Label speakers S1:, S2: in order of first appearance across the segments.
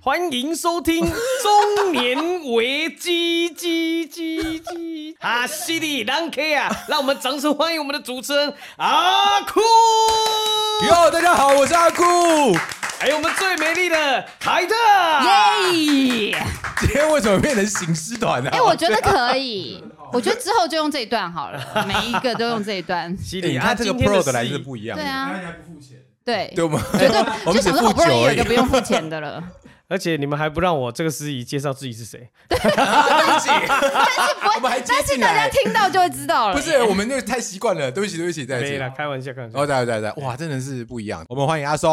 S1: 欢迎收听 《中年危机机机机》啊，犀利狼 K 啊！让我们掌声欢迎我们的主持人阿酷，
S2: 哟，大家好，我是阿酷。
S1: 还有我们最美丽的凯特。
S3: 耶！
S2: 今天为什么变成行尸团呢、啊？
S3: 啊 哎，我觉得可以，我觉得之后就用这一段好 了，每一个都用这一段。
S1: 犀
S2: 欸
S1: 利
S2: 你
S1: 啊，
S2: 看这个
S1: 今天
S2: Pro 的来
S1: 司
S2: 是
S1: 仪
S2: 不一样
S3: 对
S2: 的，
S3: 啊，
S4: 还不付钱，
S3: 对，
S2: 对我们
S3: 绝对
S2: 我
S3: 就
S2: 们只
S3: 想说好
S2: 付
S3: 不容
S2: 九
S3: 易有
S2: 而
S3: 一
S2: 已
S3: 个。不用付钱 的了，
S1: 而且你们还不让我这个司仪介绍自己是谁，
S3: 但是不
S2: 我们还
S3: 会，
S2: 接
S3: 但是
S2: 进
S3: 大家
S2: 来
S3: 听到就会知道了。
S2: 不是，我们就太习惯了，对不起，对不起，再
S1: 没
S2: 见
S1: 了，。开玩笑，开玩笑。
S2: 哦，再再再，哇，真的是不一样。我们欢迎阿松，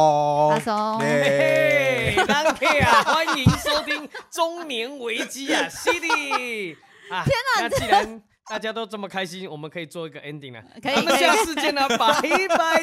S3: 阿
S2: 阿
S3: 松
S1: 嘿，狼 K 啊，欢迎收听《中年危机》啊，犀利啊！天哪！那既然大家都这么开心，我们可以做一个 ending 啊了。
S3: 可以
S1: 咱们
S3: 可以
S1: 下次 见了，拜拜。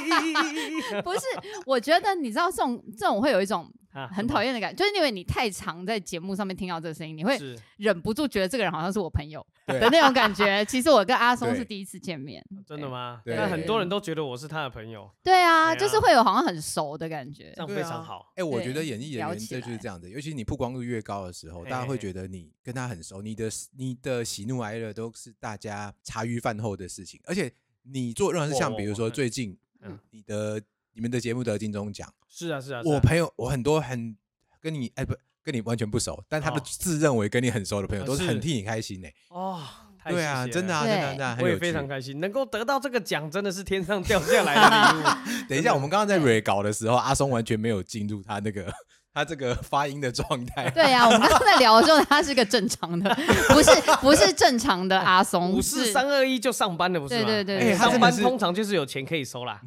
S3: 不是，我觉得你知道这种这种会有一种
S1: 啊
S3: 很讨厌的感觉，就是因为你太常在节目上面听到这个声音，你会
S1: 是
S3: 忍不住觉得这个人好像是我朋 友
S2: 对
S3: 的那种感觉。其实我跟阿松是
S2: 对
S3: 第一次见面，
S1: 真的吗？
S2: 对
S1: 但很多人都觉得我是他的朋友，
S3: 对啊，
S1: 对啊
S3: 就是会有好像很熟的感觉
S1: 这。样非常好。
S2: 哎、我
S3: 对
S2: 觉得演艺演
S3: 聊
S2: 员
S3: 起
S2: 这就是
S3: 来
S2: 这样子，尤其你曝光度越高的时候，
S1: 嘿
S2: 大家
S1: 嘿
S2: 会
S1: 嘿
S2: 觉得你跟他很熟，你的你的喜怒哀乐都是大家茶余饭后的事情，而且你做任何事，
S1: 哇
S2: 像
S1: 哇
S2: 比如
S1: 哇
S2: 说
S1: 嗯
S2: 最近
S1: 嗯
S2: 你的你们的节目得金钟奖，
S1: 是啊，是啊，是啊
S2: 我朋友我很多很跟你哎、不跟你完全不熟，但他们
S1: 哦
S2: 自认为跟你很熟的朋友
S1: 啊
S2: 都是很
S1: 是
S2: 替你开心呢、
S1: 哦，太
S2: 对啊，
S1: 谢谢
S2: 真的啊，
S1: 了
S2: 真的啊
S3: 对
S2: 真的啊很
S1: 我
S2: 有
S1: 也
S2: 趣。
S1: 非常开心，能够得到这个奖，真的是天上掉下来 的礼物。
S2: 等一下，我们刚刚在 re 搞的时候，阿松完全没有进入他那个 他这个发音的状态。
S3: 对啊，我们刚刚在聊的时候，他是个正常的， 不是不是正常的阿松，
S1: 五
S3: 是
S1: 四三二一就上班了，不是吗？
S3: 对对对
S2: 对哎他
S1: 上
S2: 真的
S1: 班
S2: 是
S1: 通常就是有钱可以收 啦。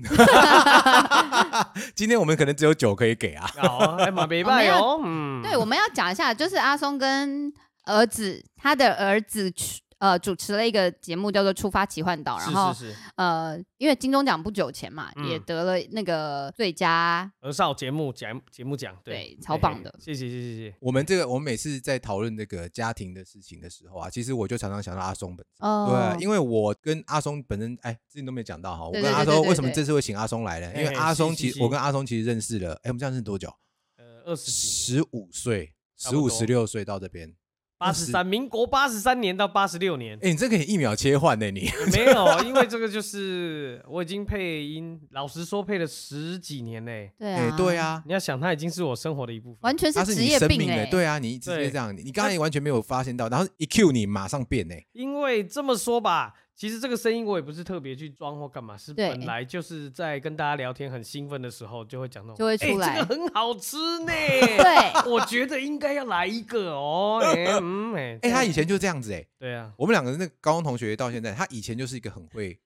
S2: 今天我们可能只有酒可以给啊。
S1: 哦，哎嘛，没办哦，嗯，
S3: 对，我们要讲一下，就是阿松跟儿子，他的儿子去呃主持了一个节目，叫做《出发奇幻岛》，然后
S1: 是是是，
S3: 呃，因为金钟奖不久前嘛，也
S1: 嗯
S3: 得了那个最佳，
S1: 儿少节目奖节目奖，
S3: 对，超棒的
S1: 嘿嘿。谢谢谢谢谢谢。
S2: 我们这个，我们每次在讨论这个家庭的事情的时候啊，其实我就常常想到阿松本身。
S3: 哦
S2: 对，，啊因为我跟阿松本身，哎，之前都没讲到哈。我
S3: 对
S2: 跟
S3: 对
S2: 阿
S3: 对对
S2: 松
S3: 对
S2: 为什么
S3: 对
S2: 这次会请阿松来呢？因为
S1: 嘿嘿
S2: 阿松
S1: 是
S2: 其
S1: 是
S2: 实，
S1: 是
S2: 我跟阿松其实认识了，哎，我们这样认识多久？
S1: 呃，二十几年，
S2: 十五岁，
S1: 差
S2: 十
S1: 不
S2: 五
S1: 多
S2: 十六岁到这边。
S1: 八十三，民国八十三年到八十六年，
S2: 哎，你这可以一秒切换呢，你。
S1: 没有，因为这个就是我已经配音，老实说配了十几年嘞。
S3: 对
S2: 哎
S3: 啊，，
S2: 对，啊，
S1: 你要想，它已经是我生活的一部分，
S3: 完全
S2: 他是
S3: 职
S2: 你
S3: 业
S2: 生
S3: 病
S2: 命的，
S3: 哎、
S2: 对啊，你直接
S1: 对
S2: 这样，你刚才完全没有发现到，然后一 Q 你马上变呢。
S1: 因为这么说吧，其实这个声音我也不是特别去装或干嘛，是
S3: 对
S1: 本来就是在跟大家聊天很兴奋的时候就会讲那
S3: 就
S1: 种，
S3: 会
S1: 哎、
S3: 出来，
S1: 这个很好吃呢。
S3: 对，
S1: 我觉得应该要来一个哦。 哎、嗯，哎、
S2: 哎，他以
S3: 啊
S2: 前就这样子哎，
S1: 对啊，
S2: 我们两个那个高中同学到现在，他以前就是一个很会、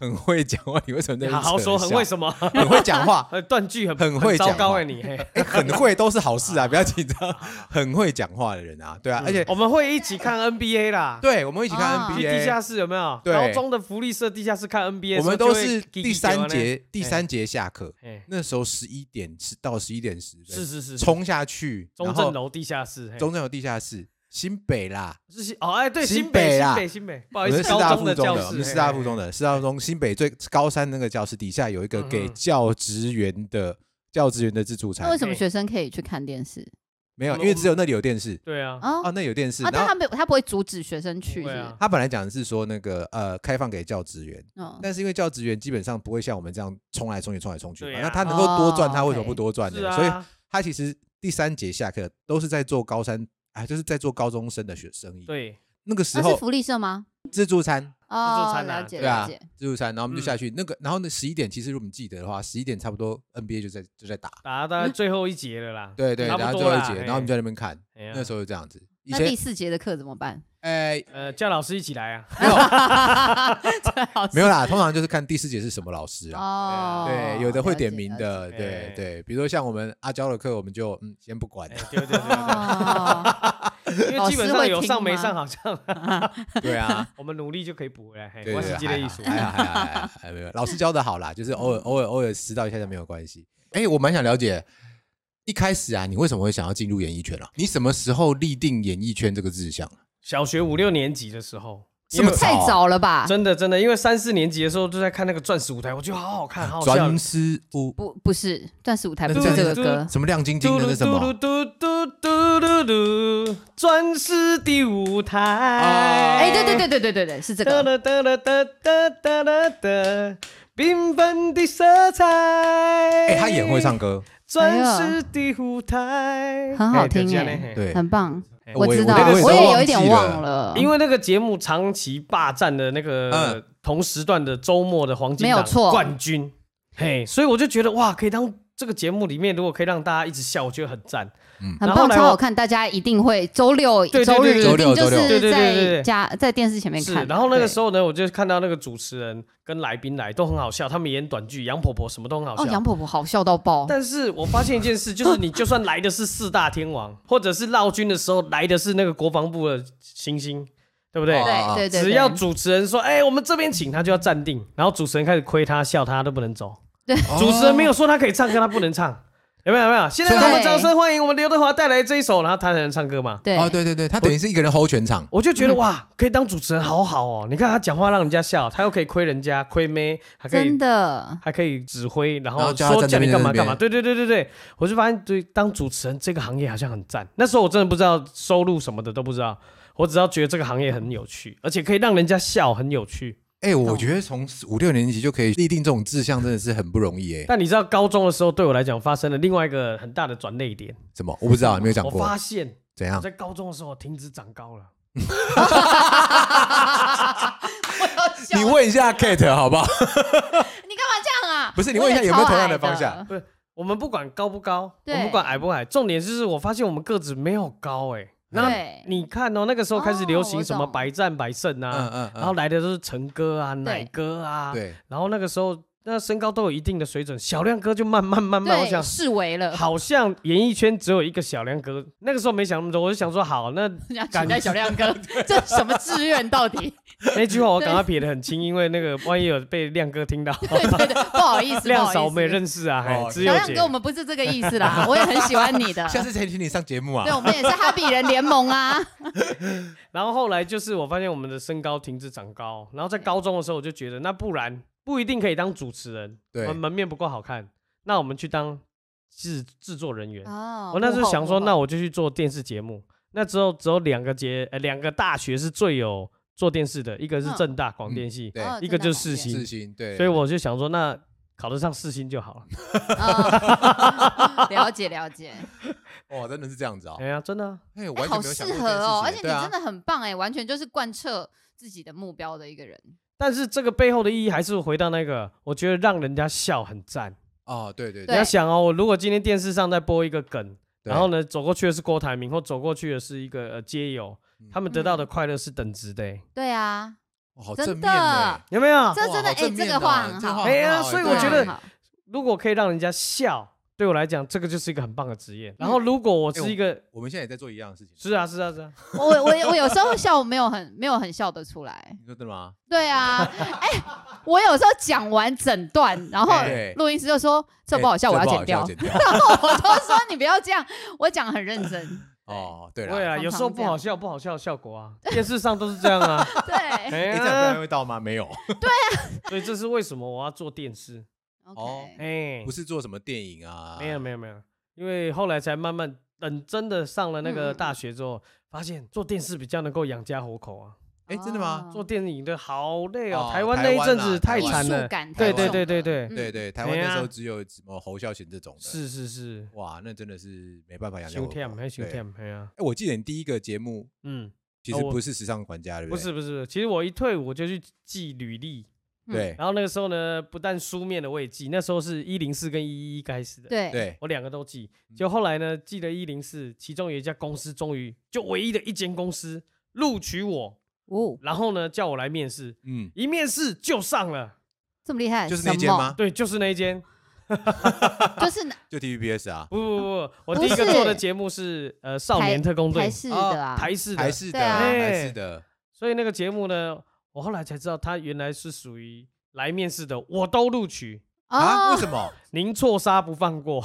S2: 很会讲话。你为什么
S1: 你
S2: 在那边
S1: 好好
S2: 扯
S1: 说，
S2: 笑
S1: 很会什么？
S2: 很会讲话，
S1: 呃，断句很
S2: 很会
S1: 糟
S2: 讲
S1: 糕
S2: 话
S1: 哎、你。 嘿
S2: 哎很会都是好事啊，不要紧
S1: 好
S2: 张。
S1: 好好
S2: 很会讲话的人啊，对啊，而且
S1: 我们会一起看 NBA 啦，
S2: 对，我们一起
S3: 啊
S2: 看
S1: 去地下
S2: NBA，
S1: 室有没有？
S2: 对
S1: 高中的福利社地下室看 NBA，的
S2: 我们
S1: 时候
S2: 都
S1: 就会
S2: 是
S1: 叽叽
S2: 第
S1: 叫
S2: 三
S1: 呢，
S2: 节第三节下课，
S1: 哎，
S2: 那时候十一点十到十一点十
S1: 是
S2: 分，
S1: 是是，
S2: 冲下去，
S1: 中
S2: 然
S1: 正
S2: 后
S1: 楼地下室，嘿
S2: 中正有地下室，新北啦，
S1: 是新哦，哎，对，
S2: 新
S1: 新北
S2: 北啦
S1: 新北新北，不
S2: 我
S1: 好意思，
S2: 们是师大
S1: 哦高
S2: 附
S1: 中
S2: 中
S1: 教
S2: 的，我
S1: 室，
S2: 们师大
S1: 嘿
S2: 附中，
S1: 嘿
S2: 的，师大附中新北最高三那个教室底下有一个
S1: 嗯
S2: 给
S1: 嗯
S2: 教职员的教职员的自助餐
S3: 那为，什么学生可以去看电视
S2: 没有，
S1: 我
S2: 因
S1: 们
S2: 为只有那里有电视
S1: 对啊，
S3: 啊？
S2: 哦，那有电视，
S3: 啊，但
S2: 然
S3: 他
S2: 后
S3: 没有，他不会阻止学生去是不
S1: 对
S3: 是，
S1: 啊，
S2: 他本来讲的是说那个呃开放给教职员，
S3: 嗯，
S2: 但是因为教职员基本上不会像我们这样冲来冲去冲来冲去
S1: 对
S2: 嘛，
S1: 啊
S2: 那他能够多赚，
S3: 哦
S2: 他为什么
S3: OK
S2: 不多赚
S1: 是
S2: 呢？
S1: 啊，
S2: 所以他其实第三节下课都是在做高三。啊，就是在做高中生的学生意。
S1: 对，
S2: 那个时
S3: 那是
S2: 候
S3: 福利社吗？
S2: 自助餐，
S3: 哦，
S1: 餐啊
S3: 了解
S2: 对啊
S3: 了解，
S2: 自助餐，然后我们就
S1: 嗯
S2: 下去。那个，然后呢，十一点，其实如果你记得的话，十一点差不多 NBA 就在就在打，
S1: 打到大概最后一节了哎啦，
S2: 对对，
S1: 差
S2: 然后
S1: 不
S2: 最
S1: 多
S2: 后一
S1: 啦
S2: 节，然后我们就在那边看，那时
S1: 候
S2: 候就这样子。以
S3: 那
S2: 前
S3: 第，四节的课怎 么办？
S2: 哎，
S1: 呃叫老师一起来啊，
S2: 没有
S3: 最好是
S2: 没有啦，通常就是看第四节是什么老师啊，
S3: 哦，
S2: 对，有的会
S3: 了解
S2: 点名。的，
S3: 了解
S1: 解
S2: 对
S1: 哎
S2: 对，比如说像我们阿娇的课，我们就嗯先不管
S1: 哎，对对 对对
S3: 哦，
S1: 对，因为基本上有上没上，
S3: 老
S1: 好像
S2: 对啊，
S1: 我们努力就可以补回来，嘿
S2: 对
S1: 我
S2: 对
S1: 是
S2: 对，
S1: 记得艺术，嗯
S2: 还好还好还好 还好，还没有老师教的好啦，就是偶尔偶尔偶尔迟到一下就没有关系。哎，我蛮想了解。一开始啊，你为什么会想要进入演艺圈啊？你什么时候立定演艺圈这个志向？
S1: 小学五六年级的时候，
S2: 这么
S3: 太
S2: 啊，
S3: 早了吧？
S1: 真的真的，因为三四年级的时候就在看那个《钻石舞台》，我觉得好好看，好好笑
S2: 专。师傅
S3: 不不是《钻石舞台》，
S2: 那
S3: 不是
S2: 这
S3: 这
S2: 样
S3: 个歌，
S2: 什么亮晶晶的那什么
S1: 嘟嘟嘟嘟嘟，钻石的舞台。
S3: 哎，对对对对对对对，是这
S1: 哒
S3: 个。
S1: 哒哒哒哒哒哒哒哒，缤纷的色彩。
S2: 哎、
S1: 哎
S2: 他也很会唱歌，
S1: 钻石的舞台，
S3: 很好听
S1: 哎
S3: 哎
S1: 就这样。嘿
S2: 对，
S3: 很棒
S1: 哎，
S2: 我
S3: 知
S2: 我
S3: 道，
S2: 那个时候
S3: 我也有一
S2: 忘
S3: 点
S2: 记了
S3: 忘了，
S1: 因为那个节目长期霸占了那个
S2: 嗯
S1: 同时段的周末的黄金
S3: 没有
S1: 档
S3: 错
S1: 冠军，嘿，所以我就觉得哇，可以当这个节目里面，如果可以让大家一直笑，我觉得很赞。
S3: 很
S1: 然后
S3: 棒，
S1: 来
S3: 超
S1: 我
S3: 好看，大家一定会周六、
S1: 对对
S3: 周日
S1: 对
S2: 周六
S3: 一定
S2: 周
S3: 就
S2: 六
S1: 对对
S3: 是
S1: 对对对
S3: 在家在电视前面
S1: 是
S3: 看。，
S1: 然后那个
S3: 对
S1: 时候呢，我就看到那个主持人跟来宾来都很好笑，他们演短剧，杨婆婆什么都很好笑。
S3: 哦，杨婆婆好笑到爆，
S1: 但是我发现一件事，就是你就算来的是四大天王，或者是闹军的时候来的是那个国防部的星星，对不对？
S2: 哦啊
S3: 对对对，
S1: 只要
S3: 对
S1: 主持人说：“哎、我们这边请。”他就要站定，然后主持人开始亏他、笑他都不能走。
S2: 哦
S1: 主持人没有说他可以唱歌，他不能唱， 有没有？有没有？现在让我们
S3: 对
S1: 掌声欢迎我们刘德华带来这一首，然后他才能唱歌嘛。
S3: 对
S2: 哦，对对对，他等于是一个人 hold 全场，
S1: 我就觉得哇，可以当主持人好好哦！你看他讲话让人家笑，他又可以亏人家、亏妹，还可以
S3: 真的
S1: 还可以指挥，然
S2: 然
S1: 后
S2: 后叫他
S1: 说
S2: 站
S1: 叫
S2: 这
S1: 你
S2: 边
S1: 干嘛
S2: 站这
S1: 干
S2: 边
S1: 嘛。对对对对对，我就发现对当主持人这个行业好像很赞。那时候我真的不知道收入什么的都不知道，我只要觉得这个行业很有趣，而且可以让人家笑，很有趣。
S2: 哎、我觉得从四五六年级就可以立定这种志向，真的是很不容易哎、
S1: 但你知道高中的时候对我来讲发生了另外一个很大的转捩点，
S2: 什么？我不知道，啊没有讲
S1: 我
S2: 过。
S1: 发现
S2: 怎
S1: 我
S2: 样？
S1: 在高中的时候停止长高了。
S2: 你问一下 Kate 好不好？
S3: 你干嘛这样啊？
S2: 不是你问一下有没有同样的方向
S3: 我也超矮的？
S1: 不是，我们不管高不高，我
S3: 对
S1: 们不管矮不矮，重点就是我发现我们个子没有高哎、那
S3: 对
S1: 你看哦，那个时候开始流
S3: 哦
S1: 行
S3: 我
S1: 什么
S3: 懂
S1: 百战百胜啊，
S2: 嗯嗯嗯
S1: 然后来的都是陈哥啊、奶
S3: 对
S1: 哥啊，
S2: 对，
S1: 然后那个时候那身高都有一定的水准，小亮哥就慢慢慢慢，我
S3: 对
S1: 想
S3: 视为了，
S1: 好像演艺圈只有一个小亮哥，那个时候没想那么多，我就想说好，那
S3: 人家取代小亮 哥，这什么志愿到底？
S1: 那句话我赶快撇得很 轻，因为那个万一有被亮哥听到，
S3: 对对对，不好意思，不
S1: 亮
S3: 好意
S1: 嫂我
S3: 思
S1: 们也认识啊，哎
S2: 哦，
S1: 只
S3: 小
S1: 有
S3: 亮
S1: 姐
S3: 哥，我们不是这个意思啦，我也很喜欢你 的。
S2: 下次才请你上节目啊
S3: 对，。我们也是哈比人联盟啊，
S1: 然后后来就是我发现我们的身高停止长高，然后在高中的时候我就觉得，那不然不一定可以当主持人，
S2: 对
S1: 我们门面不够好看，那我们去当制制作人员。
S3: 哦
S1: 我那时候想说，那
S3: 我
S1: 我就去做电视节目。那之后只有两个节，呃，两个大学是最有做电视的，一个是
S3: 嗯
S1: 正大广电系，
S2: 对，
S3: 哦
S1: 一个就是世新
S2: 世新对，
S1: 所以我就想说，那考得上四星就好了。
S3: 哦 了解了解，
S2: 哇，真的是这样子哦
S1: 哎。呀，真的啊、
S2: 哎、我
S3: 哎
S2: 完全
S3: 好
S2: 没有
S3: 适
S2: 想过这
S3: 合
S2: 件事
S3: 哦，
S2: 情
S3: 而且你
S2: 对啊
S3: 真的很棒哎，完全就是贯彻自己的目标的一个人。
S1: 但是这个背后的意义还是回到那个，我觉得让人家笑很赞。
S2: 哦，对对
S1: 你要想哦，我如果今天电视上在播一个梗，
S2: 对
S1: 然后呢，走过去的是郭台铭，或走过去的是一个呃街友，
S2: 嗯
S1: 他们得到的快乐是等值的、欸
S3: 对啊，
S2: 哇哦好
S3: 真
S2: 正
S3: 的
S2: 面哎
S1: 有没有？
S3: 这真的
S2: 哇好正
S3: 哎这
S2: 面
S3: 个
S2: 哦
S3: 话很
S2: 这
S3: 好
S1: 哎呀
S2: 很好
S1: 所以
S2: 对啊
S1: 我觉得
S3: 很好
S1: 如果可以让人家笑，对我来讲，这个就是一个很棒的职业。然后如果我是一个，
S2: 我们现在也在做一样的事情。
S1: 是啊是啊是啊，
S3: 我我我有时候笑没有很没有很笑得出来。
S2: 你说对吗？
S3: 对啊，哎，我有时候讲完整段，然后
S2: 对
S3: 录音师就说这不好笑，
S2: 哎
S3: 我要
S2: 这不
S3: 剪掉
S2: 好。剪 掉。
S3: 然后我都说你不要这样，我讲很认真。
S2: 哦，对
S1: 对
S2: 了，
S1: 啊，
S3: 常
S1: 有时候
S3: 常
S1: 不
S3: 这
S1: 好
S3: 样
S1: 笑不好笑的效果啊，电视上都是这样啊。
S3: 对
S1: 哎
S2: 哎、
S1: 呀
S2: 这样会到吗？没有，
S1: 所以这是为什么我要做电视？
S2: 哦
S3: ，OK，
S1: 哎
S2: 不，是做什么电影啊，
S1: 没有没有没有，因为后来才慢慢等真的上了那个
S3: 嗯
S1: 大学之后，发现做电视比较能够养家糊口啊。
S2: 哎真的吗
S3: 哦
S1: 做电影的好累哦
S2: 哦，
S1: 台湾
S2: 台
S1: 那一
S2: 湾
S1: 阵
S2: 啊
S1: 子
S2: 台
S1: 太
S2: 湾
S1: 惨
S3: 艺
S1: 了
S3: 术。感太
S1: 对
S3: 重
S1: 对对
S3: 了嗯
S1: 对对，
S2: 对对，台湾那时候只有什么侯孝贤这种的，
S1: 啊是是是，
S2: 哇，那真的是没办法养家糊
S1: 胸
S2: 口。
S1: 跳还胸
S2: 对
S1: 跳，哎呀，
S2: 哎，我记得你第一个节目
S1: 嗯，
S2: 其
S1: 哦
S2: 实
S1: 我
S2: 不是时尚管家，对
S1: 不
S2: 对？
S1: 是不是，其实我一退伍我就去寄履历，
S3: 嗯
S2: 对
S1: 然后那个时候呢，不但书面的我也寄，那时候是一零四跟一一开始的，
S3: 对
S2: 对，
S1: 我两个都寄。
S2: 嗯
S1: 就后来呢，寄了一零四，其中有一家公司终于就唯一的一间公司录取我，
S3: 哦，
S1: 然后呢叫我来面试，
S2: 嗯，
S1: 一面试就上了，
S3: 这哎么厉害，
S2: 就是那间吗？
S1: 对，就是那一间。
S3: 就是那
S2: 就 TVBS 啊，
S1: 不不不，我
S3: 不
S1: 第一个
S3: 是
S1: 做的节目是呃少年特工队
S3: 台式的啊，
S1: 台式
S2: 哦台
S1: 的，
S2: 式的，
S3: 对啊
S2: 台式的，
S1: 所以那个节目呢，我后来才知道他原来是属于来面试的，我都录取。
S2: 啊？
S3: 哦
S2: 为什么？
S1: 您错杀不放过。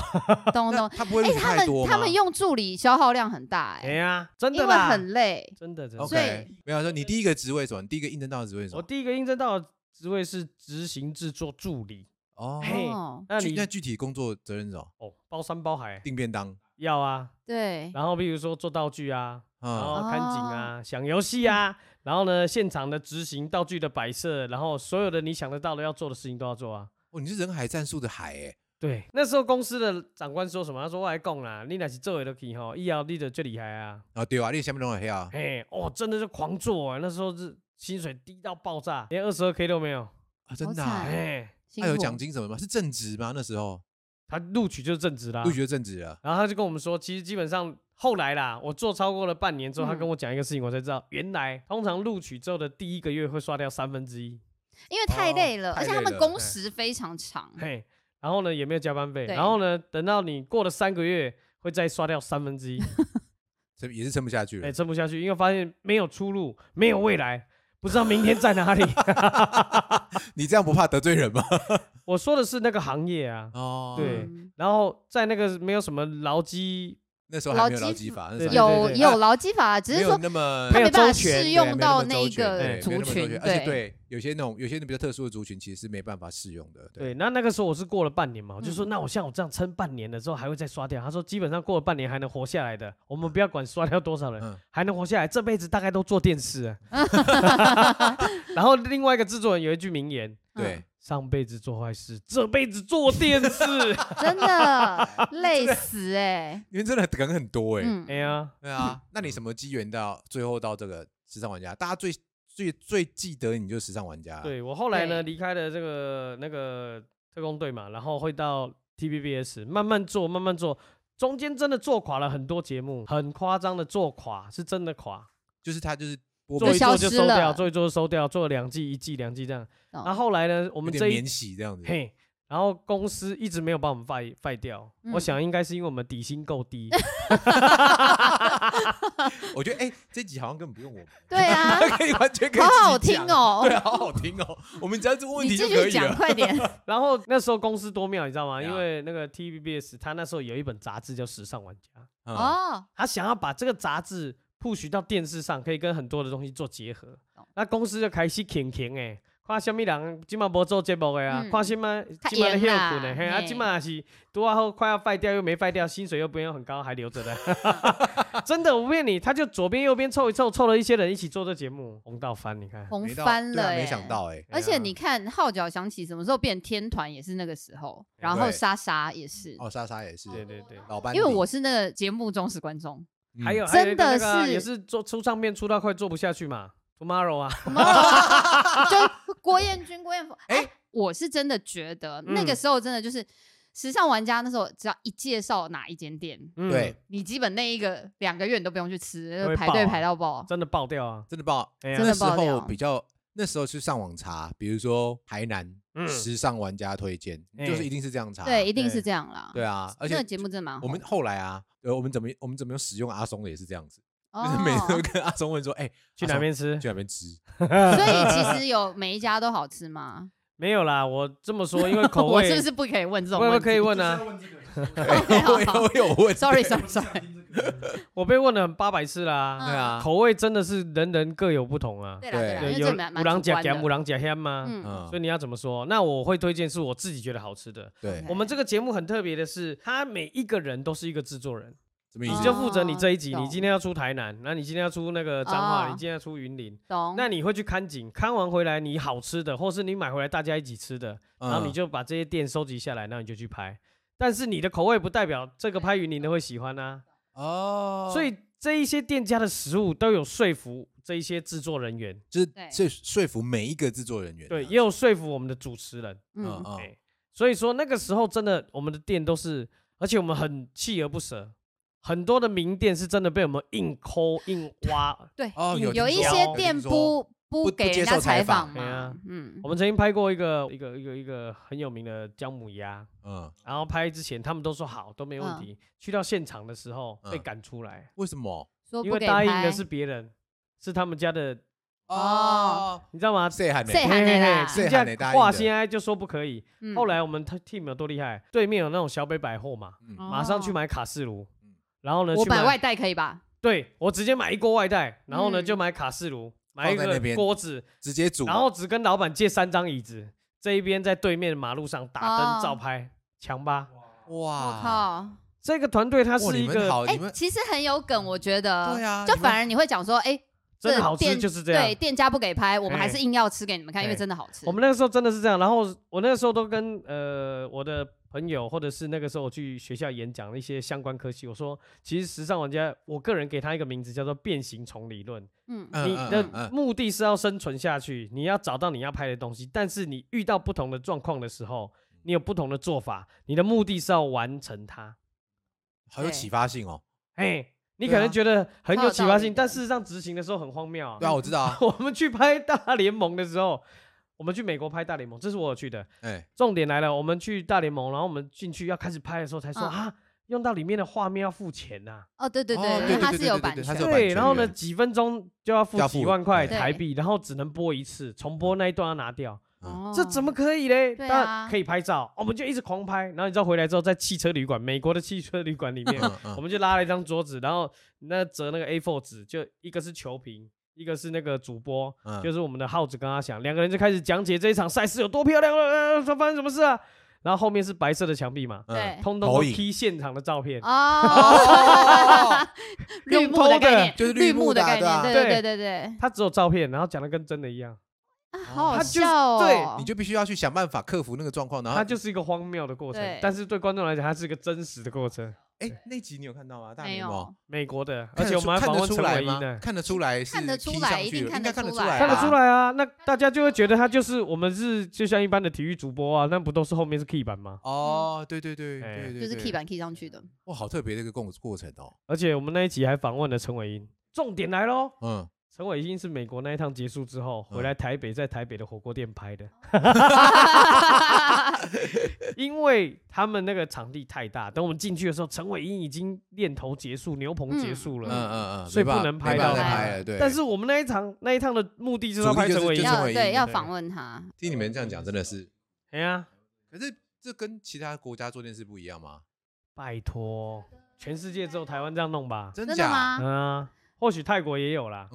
S3: 懂
S2: 那
S3: 懂。
S2: 他不会
S3: 哎、
S2: 录
S3: 他
S2: 太多
S3: 们
S2: 吗？
S3: 他们用助理消耗量很大、
S1: 哎
S3: 哎、
S1: 呀，真的
S3: 因为
S1: 啦，
S3: 很累。
S1: 真的真的。
S3: 所以
S2: OK，没有说你第一个职位是什么？你第一个应征到的职位是什
S1: 我
S2: 么？
S1: 第一个应征到的职位是执行制作助理。
S2: 哦，
S1: 嘿
S3: 哦，
S1: 那
S2: 具
S1: 你
S2: 那具体工作责任是什么？
S1: 哦，包山包海
S2: 订便当，
S1: 要啊，
S3: 对，
S1: 然后比如说做道具啊，然
S2: 嗯，
S1: 后看景啊，想
S3: 哦
S1: 游戏啊，然后呢现场的执行道具的摆设，然后所有的你想得到的要做的事情都要做啊。
S2: 哦，你是人海战术的海哎，
S1: 对，那时候公司的长官说什么？他说我来讲啦，你若是做得落去吼，以后你就最厉害啊。
S2: 啊对啊，你下面弄的黑啊，
S1: 嘿，哦，真的是狂做啊，那时候是薪水低到爆炸，连二十二 k 都没有。
S2: 啊真的啊，
S3: 好惨
S1: 嘿，
S3: 辛
S2: 他有
S3: 苦。
S2: 奖金什么吗？是正职吗？那时候
S1: 他录取就是正职啦
S2: 录。取就正职了。
S1: 然后他就跟我们说，其实基本上后来啦，我做超过了半年之后，他
S3: 嗯
S1: 跟我讲一个事情，我才知道，原来通常录取之后的第一个月会刷掉三分之一，
S3: 因为太累了，
S2: 哦
S3: 而且他
S2: 太
S3: 们
S2: 累了
S3: 工时非常长。
S1: 嘿，然后呢也没有加班费，
S3: 对
S1: 然后呢等到你过了三个月会再刷掉三分之一，
S2: 撑也是撑不下去
S1: 哎，
S2: 了，
S1: 撑不下去，因为发现没有出路，没有未来，不知道明天在哪里。
S2: 你这样不怕得罪人吗？
S1: 我说的是那个行业啊，
S2: 哦，
S1: 对
S3: 嗯
S1: 然后在那个没有什么劳基，
S2: 那时候还没有
S3: 劳
S2: 劳
S3: 基
S2: 基法，那时
S1: 对
S2: 候还没
S3: 有
S1: 对
S3: 有劳基法，只
S2: 没
S3: 是
S2: 有
S3: 说
S2: 那么
S3: 他
S1: 没有
S3: 没办
S1: 周
S3: 法
S1: 全
S3: 适
S2: 对
S3: 用
S2: 没
S3: 到
S2: 么
S3: 那
S2: 周
S3: 一
S2: 全
S3: 个
S2: 对没有
S3: 族
S2: 那么周
S3: 群
S2: 全，而且对有些那种有些比较特殊的族群其实是没办法适用的，
S1: 对，那那个时候我是过了半年嘛，我就说
S3: 嗯
S1: 那我像我这样撑半年了之后还会再刷掉，他说基本上过了半年还能活下来的，我们不要管刷掉多少人，
S2: 嗯
S1: 还能活下来，这辈子大概都做电视了。然后另外一个制作人有一句名言。
S2: 对，
S1: 上辈子做坏事，这辈子做电视。
S3: 真的累死哎、
S2: 因为真的梗很多哎，
S3: 嗯
S1: 哎，呀，
S2: 对啊，那你什么机缘到最后到这个时尚玩家？大家最最最记得你就是时尚玩家，，
S1: 对我后来呢
S3: 对
S1: 离开了这个那个特工队嘛，然后会到 TVBS 慢慢做，慢慢做，中间真的做垮了很多节目，很夸张的做垮，是真的垮，
S2: 就是他就是播
S1: 做一做
S3: 消
S1: 就
S3: 失
S1: 收
S3: 了哦
S1: 掉，做一做就收掉，做了两季，一季两季这样。
S3: 懂
S2: 啊
S1: 然后后来呢，我
S2: 我
S1: 们这一
S2: 免洗这样子，
S1: 嘿，然后公司一直没有把我们废废掉，我
S3: 嗯
S1: 想应该是因为我们底薪够 低，
S2: 我觉得哎，这集好像根本 不用我们，
S3: 对啊，
S2: 可以完全可以
S3: 好好
S2: 自己
S3: 听
S2: 讲，
S3: 哦
S2: 对，。好好听哦，我们只要这 问问
S3: 你
S2: 题
S3: 继
S2: 就可
S3: 续
S2: 以
S3: 讲，
S2: 了。
S3: 快点。
S1: 然后那时候公司多妙，你知道吗？因
S2: 呀
S1: 为那个 TVBS 他那时候有一本杂志叫《时尚玩家》，
S2: 嗯
S3: 哦，
S1: 他想要把这个杂志 push 到电视上，可以跟很多的东西做结合
S3: 懂。
S1: 那公司就开始挺挺哎，看什么人今晚不做节目的啊，
S3: 嗯
S1: 看什么
S3: 较
S1: 今晚的休
S3: 闲啦
S1: 困的，嘿啊，
S3: 嘿
S1: 今晚是多好快要废掉又没废掉，薪水又不用很高，还留着的。 真的， 我不骗你，他就左边右边凑一凑，凑了一些人一起做这节目，红到翻，你看。
S3: 红
S2: 没到
S3: 翻
S2: 对
S3: 了、
S2: 啊
S3: 哎，
S2: 没想。到哎，
S3: 而且你看，号角响起，什么时候变天团也是那个时候，然后
S2: 对
S3: 莎莎也是，
S2: 哦，莎莎也是，
S1: 对对对，
S2: 老班
S3: 因
S2: 底，
S3: 为我是那个节目忠实观众。
S2: 嗯
S1: 还有还有一
S3: 真
S1: 个那
S3: 的
S1: 个啊
S3: 是
S1: 也是做出唱片出到快做不下去嘛，Tomorrow 啊，
S3: 就郭彦均、郭彦甫，哎、
S2: 啊哎
S3: 我是真的觉得、那
S1: 嗯
S3: 个时候真的就是时尚玩家，那时候只要一介绍哪一间店，
S1: 嗯
S2: 对，，
S3: 你基本那一个两个月你都不用去吃，
S1: 都会
S3: 排队
S1: 爆啊
S3: 排到爆。
S1: 真的爆掉啊，
S2: 真的爆，
S1: 哎呀
S2: 那
S3: 真的
S2: 时
S3: 爆
S2: 候
S3: 料
S2: 比较那时候去上网查，比如说台南
S1: 嗯
S2: 时尚玩家推荐，
S1: 哎
S2: 就是一定是这样查，
S3: 对，一定
S1: 对
S3: 是这样啦。
S2: 对啊，而
S3: 这个
S2: 且
S3: 节目真的蛮好
S2: 我们后来啊，呃，我们怎么我们怎么使用阿松的也是这样子，就是每次都
S3: 哦，
S2: 跟阿松问说，哎，
S1: 去哪
S2: 阿松
S1: 边吃？
S2: 去哪边吃？
S3: 所以其实有每一家都好吃吗？
S1: 没有啦，我这么说，因 为口
S3: 我
S1: 味
S3: 是不是不可以问这种
S1: 我
S3: 问
S1: 也
S3: 题？
S1: 可以问啊，
S3: 哦
S2: 哎我有我有问
S3: Sorry Sorry Sorry，
S1: 我被问了很八百次啦、
S2: 对
S3: 嗯
S2: 啊，
S1: 口味真的是人人各有不同啊。
S3: 对啦对啦，
S2: 对
S3: 因为
S1: 有
S3: 这蛮蛮
S1: 五郎
S3: 主
S1: 甲
S3: 观
S1: 咸，五
S3: 的。
S1: 郎甲咸嘛。
S3: 嗯，
S1: 所以
S2: 嗯，
S1: 你要怎么说？那我会推荐是我自己觉得好吃的。
S2: 对，
S1: 我们这个节目很特别的是，他每一个人都是一个制作人，
S2: 什么意
S1: 你
S2: 思
S1: 就？负责你这一集，
S3: 哦
S1: 你今天要出台南，那你今天要出那个彰化，
S3: 哦
S1: 你今天要出云林，
S3: 懂。
S1: 那你会去看景，看完回来你好吃的，或是你买回来大家一起吃的，然后你
S2: 嗯
S1: 就把这些店收集下来，那你就去拍。但是你的口味不代表这个拍云林的会喜欢啊。
S2: 哦，
S1: 所以这一些店家的食物都有说服这一些制作人员，
S2: 就是
S3: 对
S2: 说说服每一个制作人员啊，
S1: 对，也有说服我们的主持人。
S2: 嗯
S3: 嗯，
S2: 嗯
S1: 哎，所以说那个时候真的，我们的店都是，而且我们很锲而不舍，很多的名店是真的被我们硬抠硬 挖。
S3: 对，
S2: 哦有
S3: 嗯有
S1: 听
S3: 一
S1: 说
S3: 些
S1: 有
S3: 店
S2: 听说
S3: 不
S2: 不
S3: 不给
S2: 不接
S3: 人
S2: 受
S3: 家
S2: 采
S3: 采
S2: 访
S3: 访
S1: 对啊
S3: 嘛，嗯
S1: 我，们曾经拍过一个一个一个一个很有名的姜母鸭，
S2: 嗯，
S1: 然后拍之前他们都说好，都没问题。去到现场的时候被
S2: 嗯
S1: 赶出来，
S2: 为什么？
S3: 说
S1: 因
S3: 不
S1: 为
S3: 给
S1: 答应
S3: 拍
S1: 的是别人，是他们家的
S2: 哦，
S1: 你知道吗？
S2: 谁还没
S3: 谁？喊的啦？
S2: 谁
S1: 人
S2: 喊的
S1: 家
S2: 答应的
S1: 话先爱就说不可以，
S3: 嗯
S1: 后来我们 team 有多厉害，对面有那种小北百货嘛，
S2: 嗯
S3: 哦
S1: 马上去买卡式炉
S2: 嗯，
S1: 然后呢
S3: 我
S1: 去
S3: 买外
S1: 买，
S3: 带可以吧？
S1: 对我直接买一锅外带，然后呢
S3: 嗯
S1: 就买卡式炉，买一
S2: 放在那
S1: 个
S2: 边
S1: 锅子，
S2: 直接煮，
S1: 然后只跟老板借三张椅子，这一边在对面马路上打
S3: 哦
S1: 灯照拍，强吧？
S3: 我
S2: 哇，
S3: 靠！
S1: 这个团队它
S2: 哇
S1: 是
S2: 你
S1: 一
S2: 们
S1: 个
S2: 好，
S3: 哎
S2: 你们，
S3: 其实很有梗，我觉得。
S2: 对啊
S3: 就
S2: 你们
S3: 反而你会讲说，哎，
S1: 真的好吃
S3: 店
S1: 就是这样
S3: 对，。店家不给拍，我们还
S1: 哎
S3: 是硬要吃给你们看，因为
S1: 哎
S3: 真的好吃。
S1: 我们那个时候真的是这样，然后我那个时候都跟呃我的朋友，或者是那个时候我去学校演讲的一些相关科系，我说其实时尚玩家，我个人给他一个名字叫做变形虫理论。
S3: 嗯
S2: 嗯
S1: 你
S2: 嗯嗯
S1: 的
S2: 嗯
S1: 目的是要生存下去，你要找到你要拍的东西，但是你遇到不同的状况的时候，你有不同的做法，你的目的是要完成它。
S2: 好有启发性哦。
S1: 哎，你
S2: 对
S1: 可能
S2: 啊
S1: 觉得很
S3: 超
S1: 有
S3: 有
S1: 启
S3: 道
S1: 发
S3: 理
S1: 性，
S3: 的
S1: 但事实上执行的时候很荒谬啊。
S2: 对啊，我知道啊。
S1: 我们去拍大联盟的时候，我们去美国拍大联盟，这是我有去的。
S2: 哎，
S1: 重点来了，我们去大联盟，然后我们进去要开始拍的时候才说、
S3: 嗯
S1: 啊，用到里面的画面要付钱呐、
S3: 哦，对对
S2: 哦
S3: 对，因
S2: 对
S3: 为
S2: 对
S3: 它是
S2: 对
S3: 有
S2: 对
S3: 版
S2: 对
S3: 权
S2: 它是有版
S1: 对，
S2: 权
S1: 然后呢，
S2: 对
S1: 几分钟就要付
S2: 要付
S1: 几万块
S2: 对
S1: 台币，然后只能播一次，重播那一段要拿掉，
S2: 嗯
S1: 这怎么可以嘞？
S3: 哦对啊
S1: 当然可以拍照，哦我们就一直狂拍，然后你知道回来之后，在汽车旅馆，美国的汽车旅馆里面，
S2: 嗯
S1: 我
S2: 嗯，
S1: 们就拉了一张桌子，然后那折那个 A4 纸，就一个是球评，一个是那个主播，
S2: 嗯
S1: 就是我们的耗子跟阿翔，两个人就开始讲解这一场赛事有多漂亮了，呃，发发生什么事啊？然后后面是白色的墙壁
S2: 嗯
S1: 嘛，
S3: 对
S1: 通通都
S2: 投影
S1: P 现场的照片，
S3: 哦，绿
S1: 用
S3: 幕
S1: 偷
S3: 的概
S1: 的
S3: 念，
S2: 就是绿
S3: 绿
S2: 幕
S3: 幕的
S2: 的啊
S3: 概
S2: 对啊
S3: 念，对对对对对，
S1: 他只有照片，然后讲的跟真的一样，
S3: 啊好好
S1: 他就是
S3: 笑哦，
S2: 你就必须要去想办法克服那个状况，然后
S1: 它就是一个荒谬的过程
S3: 对，
S1: 但是对观众来讲，它是一个真实的过程。
S2: 哎，那集你有看到吗？大
S3: 没
S2: 联
S3: 有
S2: 盟，
S1: 美国的，
S2: 看
S1: 而
S2: 得
S1: 且我
S2: 出
S1: 们还
S2: 看
S1: 访
S2: 得
S1: 问
S2: 出
S1: 陈
S2: 来
S1: 伟
S2: 吗
S1: 英呢？
S2: 看得出来是
S3: 看得出
S2: 踢
S3: 来
S2: 上
S3: 一
S2: 去
S3: 定
S2: 了
S3: 看
S2: 应该
S3: 得
S2: 看得
S3: 出
S2: 出来，
S3: 来嗯
S1: 看得
S3: 吧
S1: 出。来啊，那大家就会觉得他就是我们是就像一般的体育主播啊，那不都是后面是 key 版吗？
S2: 哦，对对对
S1: 哎
S2: 对对，
S3: 就是 key
S2: 对
S3: 版 key 上去的，
S2: 哇，好特别的一个过过程哦。
S1: 而且我们那一集还访问了陈伟英。重点来喽，
S2: 嗯，
S1: 陈伟英是美国那一趟结束之后回来台北，在台北的火锅店拍的，因为他们那个场地太大。等我们进去的时候，陈伟英已经练头结束，牛棚结束
S2: 嗯
S1: 了。
S2: 嗯嗯嗯，
S1: 所以
S2: 没办
S1: 不
S2: 法
S1: 能拍
S2: 没
S3: 到
S2: 办法再
S3: 他
S2: 拍了。对，
S1: 但是我们那一场那一趟的目的就是要拍
S2: 主力就
S1: 陈
S2: 是
S1: 伟英
S2: 就。是
S3: 要
S2: 会
S3: 对
S2: 赢
S3: 要
S1: 对
S3: 访问他，
S2: 听你们这样讲，真的是，
S3: 嗯
S1: 哎呀，
S2: 可是这跟其他国家做电视不一样吗？
S1: 拜托，全世界只有台湾这样弄吧？
S2: 真
S3: 真的
S2: 假？
S1: 嗯
S3: 吗？
S1: 啊，或许泰国也有啦，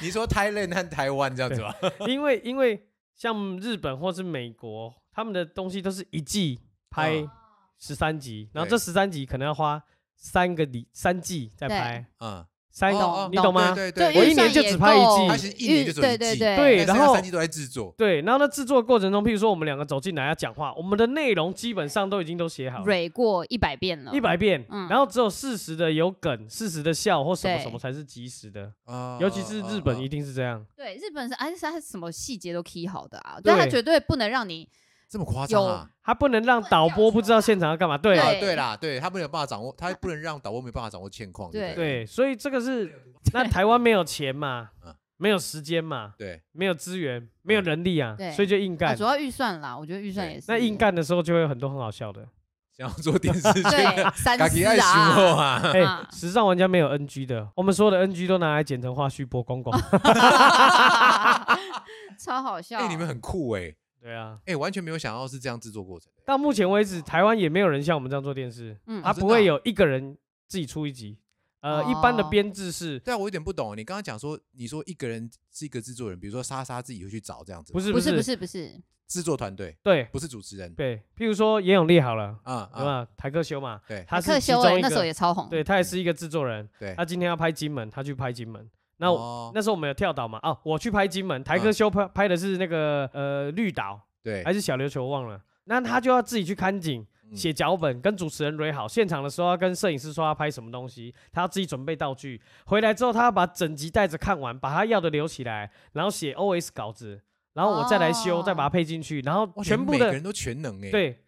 S2: 你说 Thailand 和台湾这样子吧？
S1: 因为因为像日本或是美国，他们的东西都是一季拍
S2: 嗯
S1: 十三集，然后
S2: 对
S1: 这十三集可能要花三个礼三季再
S3: 对
S1: 拍，
S2: 嗯，
S1: 三
S2: 哦哦
S1: 你懂吗？
S2: 对对
S3: 对，
S2: 对，
S1: 我
S3: 预
S1: 一年
S3: 算
S1: 就
S3: 也
S1: 只拍一
S3: 够
S1: 季
S2: 他其实一年就只有
S3: 对
S2: 一
S3: 对
S2: 季
S3: 对
S1: 对
S2: 但是
S1: 然后
S2: 他三季都在制作，
S1: 对然后呢，制作过程中，譬如说我们两个走进来要讲话，我们的内容基本上都已经都写好了，
S3: 蕊过一百遍了，
S1: 一百遍，
S3: 嗯
S1: 然后只有适时的有梗、适时的笑或什么
S3: 对
S1: 什么才是及时的，
S2: 啊
S1: 尤其是日本一
S2: 一
S1: 定是这样。
S3: 对，日本是而且他什么细节都 key 好的啊，
S1: 对
S3: 但他绝对不能让你
S2: 这么夸张啊？
S1: 他不能让导播不知道现场要干嘛，对
S3: 有
S2: 啊
S3: 对
S2: 对啦，对他没有办法掌握，他不能让导播没办法掌握现况，对不
S1: 对，所以这个是那台湾没有钱嘛
S2: 嗯，
S1: 没有时间嘛，
S2: 对，
S1: 没有资源，没有人力啊
S3: 对，
S1: 所以就硬
S3: 啊，
S1: 干
S3: 主。要预算啦，我觉得预算
S2: 对
S3: 也是
S1: 那硬干的时候就会有很多很好笑的，
S2: 想要做电视剧，
S3: 对 三
S2: 自己爱
S3: 思
S2: 想我
S3: 啊，
S2: 啊，
S1: 哎
S3: 啊，
S1: 时尚玩家没有 NG 的，我们所有的 NG 都拿来剪成花絮播 光光。
S3: 超好笑，
S2: 哎，你们很酷哎，
S1: 对啊，
S2: 哎，完全没有想到是这样制作过程，
S1: 到目前为止，台湾也没有人像我们这样做电视，
S3: 嗯
S1: 他
S2: 哦真的
S1: 不
S2: 啊
S1: 会有一个人自己出一集。呃，一般的
S3: 哦
S1: 编制是
S2: 对啊，我有点不懂，你刚刚讲说，你说一个人是一个制作人，比如说莎莎自己会去找这样子，
S1: 不是
S3: 不是不
S1: 是
S3: 是不是，
S2: 制作团队，
S1: 对
S2: 不是主持人，
S1: 对，譬如说严永利好了，
S2: 啊
S1: 对
S2: 啊，
S1: 吧？台客修嘛，
S2: 对
S1: 他
S3: 克
S1: 是其
S3: 修
S1: 中
S3: 哎
S1: 一
S3: 那时候
S1: 个，
S3: 也超红，
S1: 对他也是一个制作人，
S2: 对
S1: 他，今天要拍金门，他去拍金门。那我、
S2: 哦
S1: 那时候我们有跳岛嘛？哦，我去拍金门，台哥
S2: 嗯
S1: 修拍拍的是那个呃绿岛
S2: 对，
S1: 还是小琉球忘了。那他就要自己去看景，
S2: 嗯
S1: 写脚本，跟主持人蕊好。现场的时候要跟摄影师说要拍什么东西，他要自己准备道具。回来之后，他要把整集带着看完，把他要的留起来，然后写 OS 稿子，然后我再来修，
S3: 哦
S1: 再把它配进去，然后
S2: 哇你
S1: 全
S2: 们
S1: 部
S2: 每个
S1: 的
S2: 人都全能哎，
S1: 对。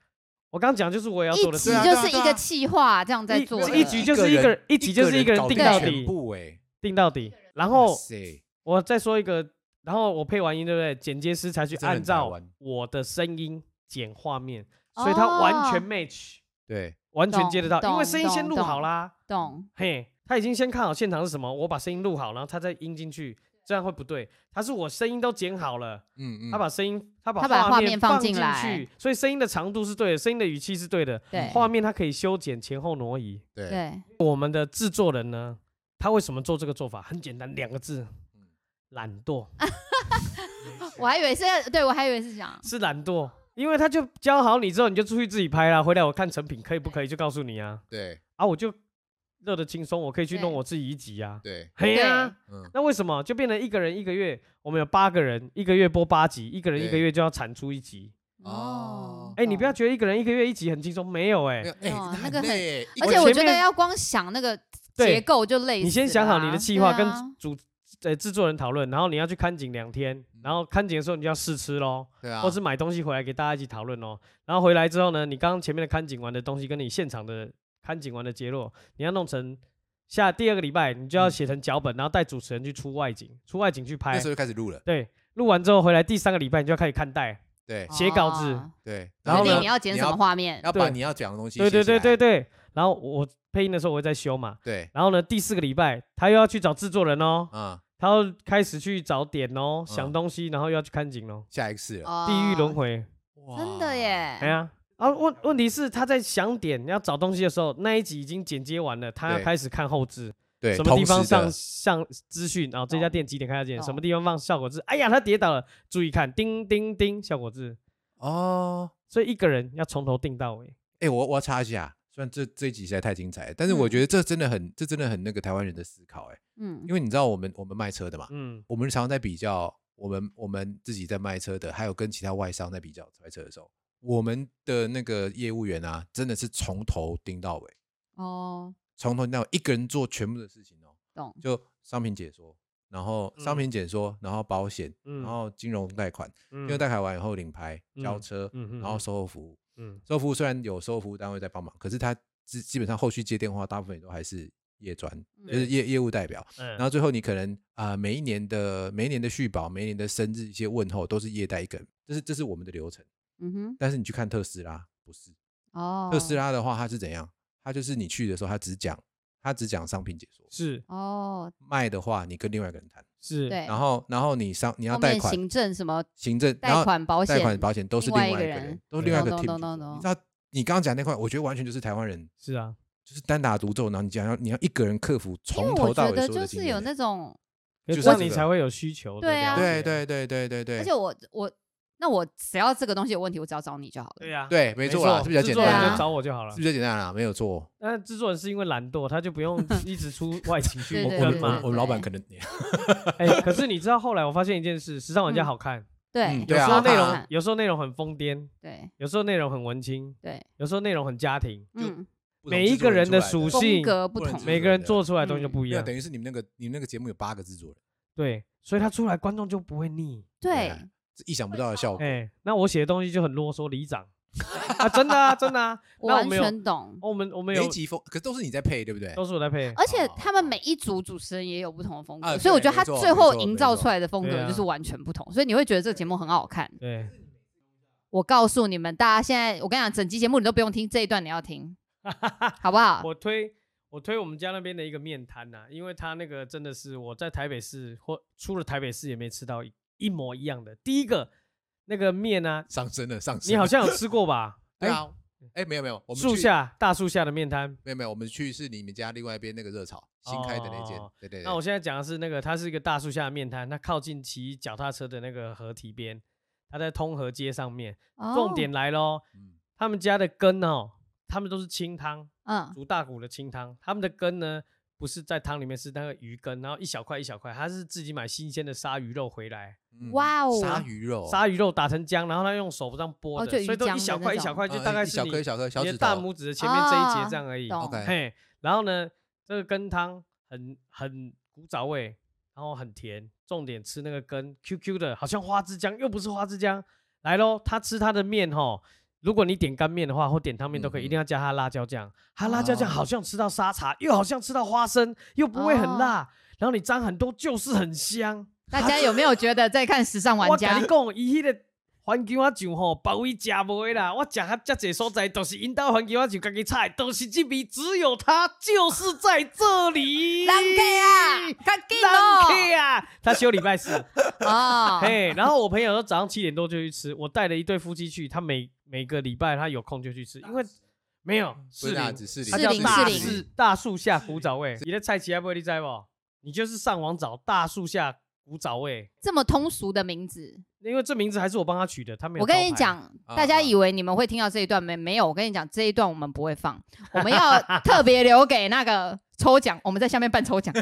S1: 我刚讲就是我也要做
S3: 一
S1: 的
S3: 集
S1: 事
S2: 对啊
S1: 情，
S2: 对
S3: 就
S2: 啊
S3: 是
S2: 对
S3: 一
S2: 啊
S3: 个企划这样在做的，
S1: 一局就是一
S2: 一
S1: 个
S2: 个
S1: 人，一集就是一个人
S2: 搞定
S1: 定到
S2: 全
S1: 底，
S2: 部哎，
S1: 定到底。然
S2: 哇
S1: 后
S2: 塞，
S1: 我再说一个，然后我配完音，对不对？剪接师才去
S2: 真的很
S1: 按
S2: 台
S1: 照
S2: 湾
S1: 我的声音剪画面，所以他完全
S3: 哦
S1: match，、
S2: 对，
S1: 完全接得到，
S3: 懂
S1: 因为声音先录
S3: 懂
S1: 好啦，
S3: 懂
S1: 嘿，他已经先看好现场是什么，我把声音录好，然后他再音进去，这样会不对。他是我声音都剪好了，
S2: 嗯嗯，
S1: 他把声音他把
S3: 他把画面
S1: 面
S3: 放
S1: 放
S3: 进
S1: 进
S3: 来
S1: 去，所以声音的长度是对的，声音的语气是对的，
S3: 对
S1: 画面它可以修剪前后挪移。
S2: 对，
S3: 对，
S1: 我们的制作人呢，他为什么做这个做法？很简单，两个字
S2: 嗯，
S1: 懒惰，
S3: 我还以为是，对我还以为是讲
S1: 是懒惰。因为他就教好你之后，你就出去自己拍啦。回来我看成品可以不可以，就告诉你啊。
S2: 对
S1: 啊，我就乐得轻松，我可以去弄
S3: 对
S1: 我自己一集啊。
S2: 对，
S1: 嘿呀、
S2: 嗯，
S1: 那为什么就变成一个人一个月？我们有八个人，一个月播八集，一个人一个
S2: 对
S1: 月就要产出一集。
S2: 哦
S1: 哎、你不要，觉得一个人一个月一集很轻松，没有哎、
S2: 没有
S3: 没
S2: 哎
S3: 有啊，那
S2: 很
S3: 个很
S2: 累耶，
S3: 而
S1: 我
S3: 且我
S1: 前
S3: 觉得
S1: 面
S3: 要光想那个结
S1: 对
S3: 构就累死了啊。
S1: 你先想好你的计
S3: 对
S1: 划，
S3: 啊
S1: 跟主呃制作人讨论，然后你要去看景两天，然后看景的时候你就要试吃喽，
S2: 对嗯啊，
S1: 或是买东西回来给大家一起讨论喽。然后回来之后呢，你刚刚前面的看景完的东西，跟你现场的看景完的结论，你要弄成下第二个礼拜，你就要
S2: 嗯
S1: 写成脚本，然后带主持人去出外景，出外景去
S2: 那
S1: 拍
S2: 时。候就开始录了，
S1: 对，录完之后回来第三个礼拜，你就要开始看带。
S2: 对
S1: 写稿子
S3: 哦
S2: 对，
S1: 然后
S3: 决定
S1: 呢
S3: 你要剪
S2: 你
S3: 什么
S2: 要
S3: 画面，
S2: 要把
S1: 对
S2: 你要讲的东西
S1: 对对
S2: 写起
S1: 对对
S2: 来
S1: 对。然后我配音的时候我会在修嘛，
S2: 对，
S1: 然后呢，第四个礼拜他又要去找制作人哦，
S2: 嗯，
S1: 他要开始去找点哦，想
S2: 嗯
S1: 东西，然后又要去看景哦，
S2: 下一个是了，
S3: 哦
S1: 地狱轮，回，
S3: 真的，耶！
S1: 哎呀。啊，问问题是他在想点要找东西的时候，那一集已经剪接完了，他要
S2: 对
S1: 开始看后置，
S2: 对，
S1: 什么地
S2: 同
S1: 方
S2: 时的哦
S1: 上上资讯，然后这家
S3: 懂
S1: 店几点开到几点，什么
S3: 懂
S1: 地方放效果字，哎呀，他跌倒了，注意看，叮叮叮，效果字，
S2: 哦，
S1: 所以一个人要从头定到尾，
S2: 哎，我我要插一下，虽然这这一集实在太精彩了，但是我
S3: 嗯
S2: 觉得这真的很，这真的很那个台湾人的思考，哎，
S3: 嗯
S2: 因为你知道我们我们卖车的嘛，
S1: 嗯，
S2: 我们常常在比较我们我们自己在卖车的，还有跟其他外商在比较卖车的时候，我们的那个业务员啊，真的是从头盯到尾，
S3: 哦，
S2: 从头盯到尾，一个人做全部的事情哦，
S3: 懂
S2: 就商品解说，然后商
S1: 嗯
S2: 品解说，然后保险，
S1: 嗯
S2: 然后金融贷款，
S1: 因
S2: 金融贷款完以后领牌、交
S1: 嗯
S2: 车，
S1: 嗯嗯
S2: 然后
S1: 嗯
S2: 售后服务。
S1: 嗯
S2: 售后服务虽然有售后服务单位在帮忙，可是他基基本上后续接电话，大部分也都还是业专，就
S1: 对
S2: 是业业务代表。
S1: 嗯
S2: 然后最后你可能啊、每一年的每一年的续保、每一年的生日一些问候都是业代一个人，这是这是我们的流程。
S3: 嗯
S2: 但是你去看特斯拉，不是、
S3: 哼，哦，
S2: 特斯，拉的话，它是怎样？它就是你去的时候，它只讲它只讲商品解说，
S1: 是
S3: 哦，
S2: 卖的话你跟另外一个人谈，
S1: 是，
S3: 对，
S2: 然后然后你商你要
S3: 后
S2: 贷
S3: 面
S2: 款、
S3: 行政什么
S2: 行政、然
S3: 贷
S2: 后
S3: 款、保
S2: 贷款
S3: 险、
S2: 保险都是
S3: 另
S2: 另外
S3: 外一
S2: 一
S3: 个
S2: 个
S3: 人
S2: 人，都是
S1: 对
S2: 另外一个
S3: 懂
S2: team 去
S3: 懂
S2: 做。
S3: 懂懂
S2: 你知道你刚刚讲那块，我觉得完全就是台湾人
S1: 是啊，
S2: 就是单打独斗，然后你讲要你要一个人克服
S3: 因为
S2: 从头
S3: 我
S2: 到
S3: 觉
S2: 尾所
S3: 得
S2: 有
S3: 就
S2: 的经
S3: 是
S2: 验
S3: 有那种，
S1: 可
S2: 就是
S1: 这样
S2: 这
S1: 你
S2: 个
S1: 才会有需求的
S3: 对啊
S1: 了
S2: 对
S1: 解，
S2: 对对对对对，
S3: 而且我我那我只要这个东西有问题，我只要找你就好了
S1: 对。啊呀，
S2: 对，没错啦，是比较
S1: 制
S2: 简
S1: 作
S2: 单
S1: 人
S3: 对啊
S1: 就
S2: 啦，
S1: 找我就好了
S2: 是比。较简单啊啦，没有错。
S1: 那制作人是因为懒惰，他就不用一直出外勤去
S3: 对
S2: 我
S3: 对
S2: 我
S1: 跟
S2: 们我
S1: 嘛
S2: 们。我们老板
S3: 对
S2: 可能也
S1: 哎，可是你知道后来我发现一件事，时尚玩家
S3: 嗯
S1: 好看，
S3: 对
S2: 嗯，
S1: 有
S2: 对
S1: 时
S2: 啊
S1: 候
S2: 好
S1: 内
S2: 看
S1: 容
S2: 啊
S1: 有时候内容很疯癫，
S3: 对
S1: 有时候内容很文青，
S3: 对，
S1: 有时候内容很家庭，
S2: 就
S3: 嗯，
S2: 不同
S1: 每一
S2: 制作
S1: 个人
S2: 出
S1: 的
S2: 来
S1: 属性
S3: 风格不
S2: 不能
S3: 同
S2: 只，
S1: 每个人做出来的东西就
S3: 嗯
S1: 不一
S2: 没有
S1: 样。
S2: 等于是你们那个你们那个节目有八个制作人，
S1: 对，所以他出来观众就不会腻。
S2: 对
S3: 对
S2: 啊是意想不到的效果。
S1: 哎，那我写的东西就很啰嗦，里长啊，真的啊，真的啊。
S3: 我
S1: 那我
S3: 完
S1: 们有
S3: 全懂。
S1: 哦我们我们有
S2: 每一集风，可是都是你在配，对不对？
S1: 都是我在配，
S3: 而且
S2: 哦
S3: 他们每一组主持人也有不同的风格，
S2: 啊
S3: 所以我
S2: 对
S3: 觉得他
S2: 没错
S3: 最
S2: 没
S3: 后
S2: 错
S3: 营
S2: 没
S3: 造
S2: 错
S3: 出来的风
S1: 对
S3: 格
S1: 啊
S3: 就是完全不同，所以你会觉得这个节目很好看。
S1: 对，
S3: 我告诉你们，大家现在我跟你讲，整集节目你都不用听，这一段你要听，好不好？
S1: 我推我推我们家那边的一个面摊呐、因为他那个真的是我在台北市或出了台北市也没吃到一一模一样的。第一个那个面啊，
S2: 上升了，上升。
S1: 你好像有吃过吧？
S2: 对
S1: 哎，
S2: 啊，哎，没有没有，我们
S1: 树
S2: 去
S1: 下大树下的面摊。
S2: 没有没有，我们去是你们家另外一边那个热炒新开的那间
S1: 哦，
S2: 对对对。
S1: 那我现在讲的是那个，它是一个大树下的面摊，它靠近骑脚踏车的那个河堤边，它在通河街上面。重点来喽，
S2: 哦嗯
S1: 他们家的羹哦，他们都是清汤，
S3: 哦，嗯，
S1: 煮大骨的清汤，他们的羹呢不是在汤里面，是那个鱼羹，然后一小块一小块，他是自己买新鲜的鲨鱼肉回来，
S2: 嗯
S3: 哇哦
S2: 鲨鱼肉，
S1: 鲨鱼肉打成浆，然后他用手这样剥
S3: 哦
S1: 的，
S3: 就
S1: 所以都
S3: 鱼浆
S1: 一小块
S3: 的那
S1: 一
S3: 种
S1: 小块，
S2: 嗯
S1: 就大概
S2: 一
S1: 是
S2: 小
S1: 你
S2: 颗一小颗小
S1: 你
S2: 指
S1: 的大
S2: 头，
S1: 拇指的前面这一
S3: 啊
S1: 节这样而已。
S3: 懂
S2: OK
S1: 嘿，然后呢，这个羹汤很很古早味，然后很甜，重点吃那个羹 QQ 的，好像花枝浆，又不是花枝浆。来喽，他吃他的面吼，如果你点干面的话，或点汤面都可以，
S2: 嗯嗯
S1: 一定要加他辣椒酱。他辣椒酱
S2: 哦
S1: 好像吃到沙茶，又好像吃到花生，又不会
S3: 哦
S1: 很辣。然后你沾很多，就是很香。
S3: 大家有没有觉得在看《时尚玩
S1: 我
S3: 家
S1: 跟你》？讲，伊迄个环境我酱吼，别位食袂啦，我食较遮济所在，都是因兜环境我酱家己菜，都是即味，只有它就是在这里。
S3: 人客啊，赶紧
S1: 人客啊，他休礼拜四，
S3: 哦！啊，
S1: 嘿，然后我朋友都早上七点多就去吃，我带了一对夫妻去，他每每个礼拜他有空就去吃，因为没有
S2: 不
S1: 士
S2: 是
S1: 林
S2: 大只是
S1: 它
S3: 士
S1: 叫
S3: 林
S1: 大
S3: 士林
S1: 树大树下古早味，你的菜奇还不会你知不？你就是上网找大树下古早味，
S3: 这么通俗的名字，
S1: 因为这名字还是我帮他取的，他没有。
S3: 我跟你，讲，
S2: 啊
S3: 大家以为你们会听到这一段，没没有？我跟你讲，这一段我们不 会放，我们要特别留给那个抽奖，我们在下面办抽 奖，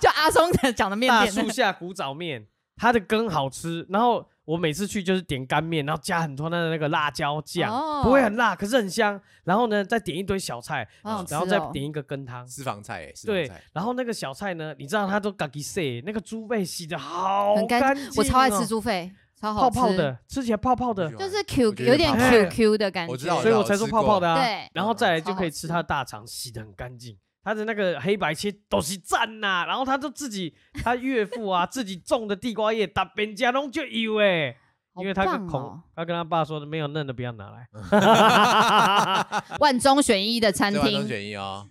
S3: 就阿松的讲的面
S1: 大哦
S3: 面
S1: 树
S3: 的，
S1: 下古早面，它的羹好吃，然后我每次去就是点干面，然后加很多它的那个辣椒酱，
S3: 哦
S1: 不会很辣，可是很香。然后呢，再点一堆小菜，
S3: 好好吃
S1: 然后再
S3: 哦
S1: 点一个羹汤。
S2: 私房菜欸，私房
S1: 对
S2: 菜，
S1: 然后那个小菜呢，你知道它都嘎给洗，那个猪背洗的好
S3: 很干
S1: 干净、哦
S3: 我超爱吃，猪肺，超好
S1: 泡
S3: 吃，
S1: 泡的，吃起来泡泡的
S2: 我喜，欢
S3: 就
S2: 我
S3: 是 Q
S2: 觉得
S3: 有点
S2: 泡
S1: 泡
S3: QQ 的感觉，
S2: 我知道
S1: 所以我
S2: 我
S1: 才说
S2: 吃
S1: 泡
S2: 过
S1: 泡的啊。
S3: 对，
S1: 然后再来就
S3: 超
S1: 可以
S3: 嗯好
S1: 吃
S3: 吃
S1: 它的大肠，洗的很干净。它的那个黑白切都是赞呐，然后他就自己，他岳父啊自己种的地瓜叶，打边家弄就有哎，因为他
S3: 好
S1: 跟
S3: 棒
S1: 孔，
S3: 哦
S1: 他跟他爸说的没有嫩的不要拿来，
S3: 万中选一的餐
S2: 这碗都
S3: 厅。
S2: 选一哦。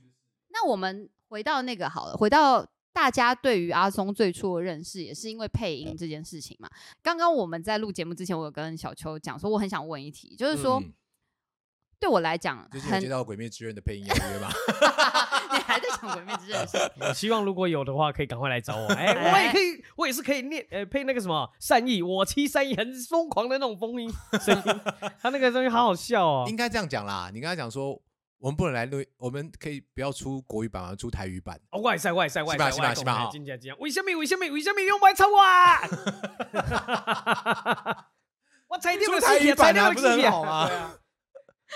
S3: 那我们回到那个好了，回到大家对于阿松最初的认识，也是因为配音这件事情嘛。刚刚我们在录节目之前，我有跟小秋讲说，我很想问一题，就是说、
S2: 嗯
S3: 对我来讲，
S2: 最近有
S3: 很
S2: 接到《鬼灭之刃》的配音邀约 吗？
S3: 你还在想鬼灭之刃是 吗？
S1: 我希望如果有的话可以赶快来找我，哎，
S3: 哎
S1: 我也可以，我也是可以念，呃，配那个什么善意，我妻善意很疯狂的那种风音声音，他那个东西好好笑哦
S2: 应，该这样讲啦，你跟他讲说，我们不能来录，我们可以不要出国语版嘛，出台语版。
S1: 哦外赛外赛外
S2: 是吧
S1: 赛
S2: 是吧
S1: 外
S2: 是吧哦
S1: 今天今天，为什么为什么为什么用白炒 我？我才点
S2: 出
S1: 的
S2: 台
S1: 视
S2: 语
S1: 频，才
S2: 版
S1: 点
S2: 啊，
S1: 的
S2: 不是
S1: 视
S2: 很
S1: 频
S2: 好。吗？
S1: 啊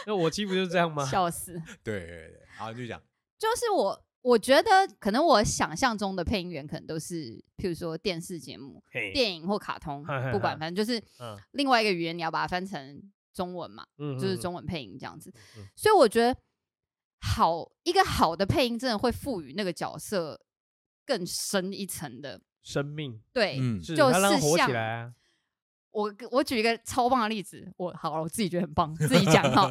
S1: 那我妻不就是这样吗？
S3: 笑死！
S2: 对对对，对好，你就讲。
S3: 就是我，我觉得可能我想象中的配音员可能都是，譬如说电视节目、
S1: 嘿
S3: 电影或卡通
S1: 嗨嗨，
S3: 不管，
S1: 嗨
S3: 反正就是
S1: 嗯
S3: 另外一个语言，你要把它翻成中文嘛，
S1: 嗯
S3: 就是
S1: 嗯
S3: 中文配音这样子
S1: 嗯嗯。
S3: 所以我觉得好一个好的配音，真的会赋予那个角色更深一层的。
S1: 生命，
S3: 对，
S2: 嗯，
S1: 是
S3: 就
S1: 他让它
S3: 是
S1: 活
S3: 像
S1: 起来啊。
S3: 我跟我举一个超棒的例子，我好了，我自己觉得很棒，自己讲 哈，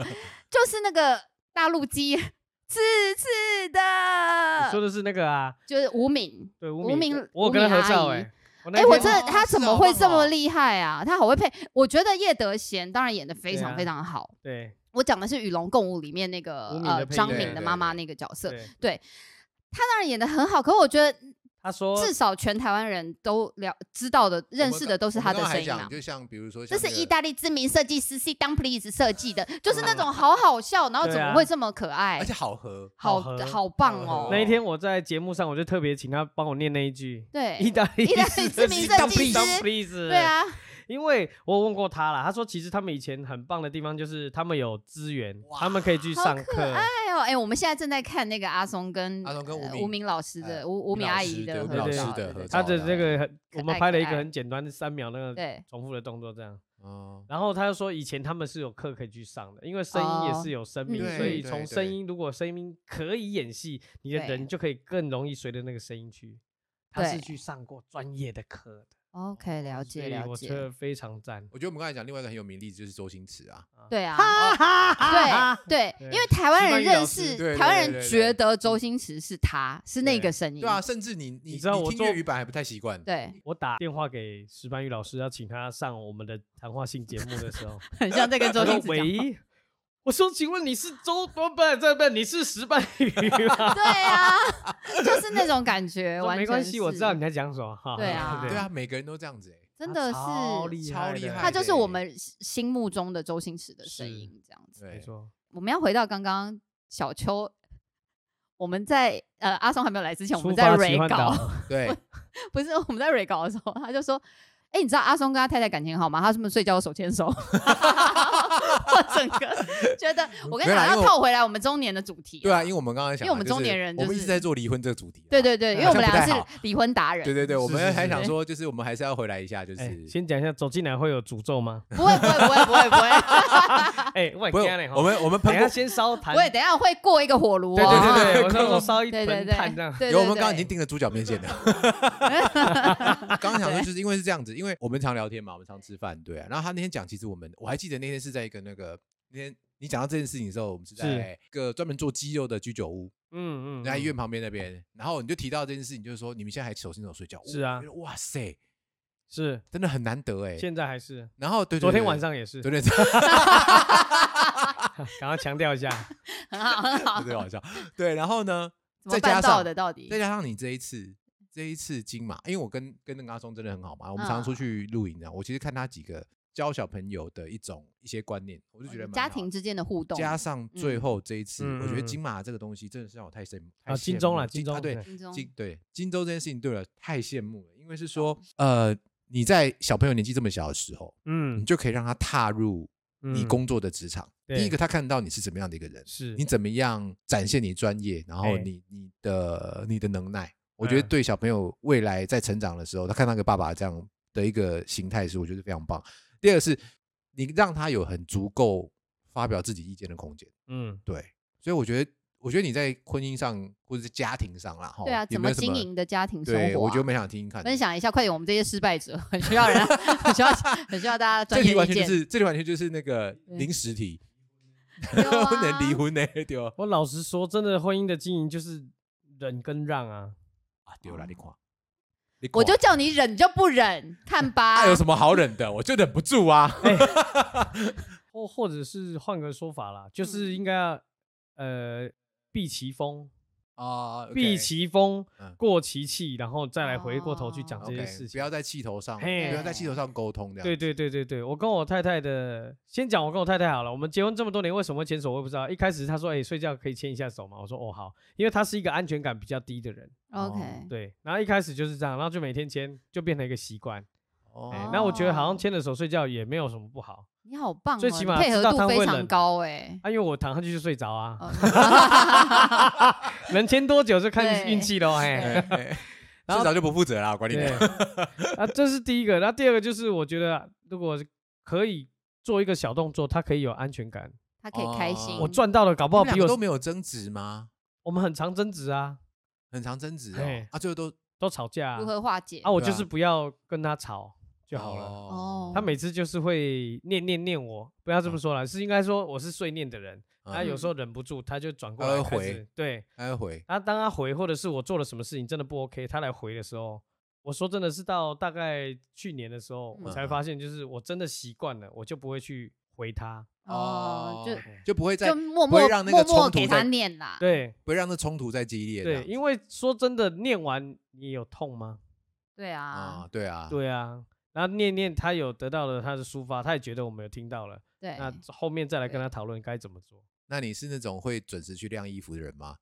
S3: 就是那个大陆鸡刺刺
S1: 你说
S3: 的，
S1: 的是那个啊，
S3: 就是吴敏，
S1: 对吴
S3: 吴敏
S1: 敏，我有跟他合照
S3: 吴敏
S1: 哎。
S3: 阿姨哎、
S1: 那
S3: 我
S1: 天
S3: 真的
S2: 哦
S3: 他
S2: 是
S3: 怎
S2: 哦
S3: 么会
S2: 棒
S3: 这么
S2: 哦
S3: 厉害啊？他好会配，我觉得叶德娴当然演的非
S1: 对
S3: 常
S1: 啊
S3: 非常好。
S1: 对
S3: 我讲的是《与龙共舞》里面那个
S1: 吴敏
S3: 呃
S1: 的配
S3: 张
S1: 音
S3: 敏
S2: 对
S3: 的
S2: 对
S3: 妈妈
S2: 对
S3: 那个角色，
S1: 对，
S3: 她当然演的很好，可我觉得
S1: 他说
S3: 至少全台湾人都了知道的、认识的都是他的声音
S2: 啊
S3: 啊。。
S2: 就像比如说
S3: 这
S2: 像那
S3: 是
S2: 个，啊
S3: 意大利知名设计师 C. d u m p l i n g 设计的，就是那种好好笑，然后
S1: 对
S3: 怎么
S1: 啊
S3: 会这么可爱
S2: 而且，好合，
S1: 好
S3: 好
S1: 喝
S3: 好棒
S2: 好
S3: 哦
S2: 喝！
S1: 那一天我在节目上，我就特别请他帮我念那一句。意
S3: 对
S1: 大利
S3: 意大利知名设计师
S1: please，
S3: 对啊，
S1: 因为我问过他啦，他说其实他们以前很棒的地方就是他们有资源，
S2: 哇
S1: 他们可以去上课。
S3: 哎呦哎，我们现在正在看那个阿松跟
S2: 阿松跟
S3: 呃
S2: 吴敏
S3: 吴明老师
S2: 哎
S3: 的吴吴
S2: 吴
S3: 敏
S2: 老
S3: 阿
S2: 师
S3: 姨
S2: 对
S3: 的
S2: 吴
S3: 合
S1: 敏老
S3: 照，啊
S1: 师
S3: 对
S2: 的
S3: 对
S2: 合
S3: 对
S1: 他
S2: 照
S1: 的那个很，
S3: 可爱
S1: 我们拍了一个
S3: 可爱
S1: 很简单的三秒那个
S3: 对，
S1: 重复的动作，这样。
S2: 哦，
S1: 然后他就说，以前他们是有课可以去上的，因为声音也是有生命，
S3: 哦嗯
S1: 所以
S2: 对
S1: 从
S2: 对
S1: 声音，如果声音可以演戏，你的
S3: 对
S1: 人就可以更容易随着那个声音去。他是
S3: 对
S1: 去上过专业的课的，
S3: OK，了
S1: 哦所
S3: 解
S1: 以
S3: 了
S1: 我觉
S3: 解，
S1: 得非常赞。
S2: 我觉得我们刚才讲另外一个很有名的例子就是周星驰啊，
S3: 对啊，
S1: 哈哈哈哈！
S3: 对对，
S1: 对
S3: 因为台湾人
S1: 西班牙
S3: 认
S1: 老师
S3: 识
S2: 对
S3: 台湾
S2: 对对
S3: 人
S2: 对
S3: 觉得周星驰是他是那
S1: 对
S3: 个声音，
S2: 对啊，甚至你你
S1: 你知道我
S2: 听
S1: 做
S2: 粤语版还不太习惯，
S3: 对，
S1: 我打电话给石斑鱼老师，要请他上我们的谈话性节目的时 候，
S3: 很像在跟周
S1: 我说
S3: 星：“驰讲话。
S1: 喂，我说，请问你是周不不这不，你是石斑鱼 吗
S3: 对啊，就是那种 感觉，
S1: 我说？”
S3: 完
S1: 没关
S3: 全
S1: 系，我
S3: 是
S1: 知道你在讲什么哈。
S3: 对啊
S2: 对啊，每个人都这样 子哎，
S3: 真的
S1: 超
S3: 是，
S1: 厉
S2: 超
S1: 害
S2: 厉
S1: 的
S2: 害
S3: 他
S2: 的
S3: 就是我们心目中的周星驰的声
S1: 是
S3: 音这样子。
S1: 没
S2: 对，
S1: 错，
S3: 我们要回到刚刚小秋，我们在呃阿松还没有来之前，我
S1: 出
S3: 们在
S1: 发
S3: 蕊
S1: 奇幻
S3: 稿，
S1: 岛，
S2: 对，
S3: 不是我们在蕊稿的时 候，他就说。哎、你知道阿松跟他太太感情好吗？他是不是睡觉手牵手？ 我整个觉得，我跟你
S2: 嗯没有啦因为
S3: 讲，要
S2: 我
S3: 套回来我们中年的主题。
S2: 对啊，因为我们刚才讲嘛，
S3: 因为我们
S2: 就是
S3: 中年人
S2: 我
S3: 就
S2: 们一直
S3: 是
S2: 在做离婚这个主题啊。
S3: 对对对，因为
S2: 好
S3: 我
S2: 像
S3: 们
S2: 不
S3: 两个
S2: 太
S3: 是
S2: 好
S3: 离婚达人。
S2: 对对对，我
S1: 是
S2: 们
S1: 是
S2: 还
S1: 是
S2: 想
S1: 是
S2: 说，就是我们还是要回来一下，就是
S1: 哎、先讲一下，走进来会有诅咒 吗？
S3: 不会不会不会不会不会
S1: 哎、我
S2: 不
S1: 也
S2: 用
S1: 惊嘞，吼
S2: 我们我们
S1: 等
S2: 喷
S1: 一
S2: 过
S1: 下，先 烧坛
S3: 不，会，等一下会过一个火炉哦。
S1: 对对对 对，我
S2: 对
S1: 说我烧一
S3: 对对
S1: 盆
S3: 对
S1: 炭这样，
S3: 对
S2: 有我
S3: 对
S2: 们刚刚已
S3: 对
S2: 经定了猪脚面线 了。刚刚想说，就是因为是这样子，因为我们常聊天嘛，我们常吃饭，对啊。然后他那天讲，其实我们我还记得那天是在一个那个那天你讲到这件事情的时候，我们是在一个专门做鸡肉的居酒屋，
S1: 嗯嗯，
S2: 在医院
S1: 嗯
S2: 旁边那边。然后你就提到这件事情，就是说你们现在还手牵手睡觉，
S1: 是啊
S2: 我觉得哇塞，
S1: 是，
S2: 真的很难得哎。
S1: 现在还是，
S2: 然后对，对
S1: 昨天
S2: 对
S1: 晚上也是
S2: 对， 对对，
S1: 刚刚强调一下，
S3: 很 好很好
S2: 对，对好笑，对。然后呢，
S3: 怎么
S2: 再加
S3: 办到
S2: 上
S3: 的？
S2: 再
S3: 到底
S2: 加上你这一次，这一次金马，因为我跟跟那个阿松真的很好嘛，我们
S3: 嗯
S2: 常常出去露营啊。我其实看他几个教小朋友的一种一些观念，我就觉得蛮
S3: 家
S2: 好
S3: 庭
S2: 的
S3: 之间的互动，
S2: 加上最
S3: 嗯
S2: 后这一次，我觉得
S1: 嗯嗯嗯
S2: 金马这个东西真的是让我太羡慕
S1: 啊，金钟了，金
S2: 啊
S1: 钟，
S2: 对
S1: 对
S3: 心中
S2: 金对金州这件事情，对了，太羡慕了，因为是说呃。你在小朋友年纪这么小的时候，你
S1: 嗯，
S2: 就可以让他踏入你
S1: 嗯
S2: 工作的职场。
S1: 对
S2: 第一个，他看到你是怎么样的一个人，
S1: 是
S2: 你怎么样展现你专业，然后
S1: 哎
S2: 你你的你的能耐，我觉得
S1: 嗯
S2: 对小朋友未来在成长的时候，他看到一个爸爸这样的一个形态是，我觉得非常棒。第二个是你让他有很足够发表自己意见的空间，
S1: 嗯
S2: 对，所以我觉得，我觉得你在婚姻上或者是家庭上啦，哈，
S3: 对啊，
S2: 有
S3: 怎
S2: 哦没
S3: 么
S2: 有什
S3: 经
S2: 么？
S3: 营的家庭生
S2: 对，
S3: 活
S2: 我
S3: 啊
S2: 觉得？蛮想听听看的
S3: 分。享一下，快点！我们这些失败者 很需要人，啊很需要 很需要大家
S2: 这
S3: 专
S2: 题
S3: 业
S2: 完
S3: 意
S2: 全就
S3: 见。
S2: 是，这题完全就是那个
S3: 对
S2: 临时题，
S3: 对 啊
S2: 不能离婚呢，对哦吧？
S1: 我老实说，真的婚姻的经营就是忍跟让啊，
S2: 啊，对啦，你看，你
S3: 我就
S2: 看
S3: 叫你忍，你就不忍，看吧
S2: 那。哎有什么好忍的？我就忍不住 啊。
S1: 或或者是换个说法啦，
S2: 嗯
S1: 就是应该要呃避其锋，
S2: 啊，
S1: 避其锋
S2: 嗯，
S1: 过其气，然后再来回过头去讲
S3: 哦
S1: 这
S2: OK，
S1: 些事
S2: 不
S1: 情
S2: 要。在气头上，不
S1: 嘿
S2: 要在气头上沟通这样。
S1: 对对对对对，我跟我太太的，先讲我跟我太太好了。我们结婚这么多年，为什么会牵手，我也不知道。一开始她说：“哎、睡觉可以牵一下手嘛。”我说：“哦，好。”因为她是一个安全感比较低的人，
S2: 哦
S3: OK，
S1: 对。然后一开始就是这样，然后就每天牵，就变成一个习惯。
S2: 哦
S1: 哎、那我觉得好像牵着手睡觉也没有什么不好，
S3: 你好棒哦，
S1: 最起码
S3: 你配合
S1: 知道他
S3: 度
S1: 会
S3: 非常
S1: 冷
S3: 高 哎。
S1: 啊，因为我躺上去就睡着啊，
S3: 哦
S1: 能牵多久就看
S3: 对
S1: 运气 喽，
S2: 哎
S1: 哎。
S2: 哎哎
S1: 然后
S2: 至少就不负责啦，管理
S1: 对
S2: 员。
S1: 啊，这是第一个。那第二个就是，我觉得啊如果是可以做一个小动作，他可以有安全感。
S3: 他可以开心。
S1: 哦我赚到了，搞不
S2: 嗯你
S1: 好
S2: 们两
S1: 比
S2: 个都
S1: 我
S2: 没有争执吗？
S1: 我们很常争执啊，
S2: 很常争执哦
S1: 嘿，
S2: 啊，最后都
S1: 都吵架啊
S3: 如。何化解
S1: 啊，？我
S2: 对
S1: 就
S2: 啊
S1: 是不要跟他吵就好了。
S3: 哦
S1: 他每次就是会念念念我，不要这么
S2: 嗯
S1: 说啦，是应该说我是碎念的人。他有时
S3: 嗯
S1: 候忍不住，他就转过
S2: 他
S1: 来
S2: 会
S1: 开
S2: 回
S1: 始对。
S2: 来回
S1: 他当他回，或者是我做了什么事情真的不 OK，他来回的时候，我说真的是到大概去年的时候，我
S2: 嗯
S1: 才
S2: 嗯
S1: 发现，就是我真的习惯了，我就不会去回他。
S3: 哦，就
S2: 就不会再
S3: 就默
S2: 不会
S3: 默
S2: 让那个
S3: 默
S2: 冲
S3: 默
S2: 突
S3: 给
S2: 在
S3: 他念啦。
S1: 对
S2: 不会让那冲突再激烈这样
S1: 对，
S2: 子。
S1: 因为说真的，念完你有痛吗？
S3: 对啊
S2: 啊，，对啊，
S1: 对啊，然后念念他有得到了他的抒发，他也觉得我们有听到了，
S3: 对，
S1: 那后面再来跟
S3: 对
S1: 他讨论该怎么做。
S2: 那你是那种会准时去晾衣服的人吗？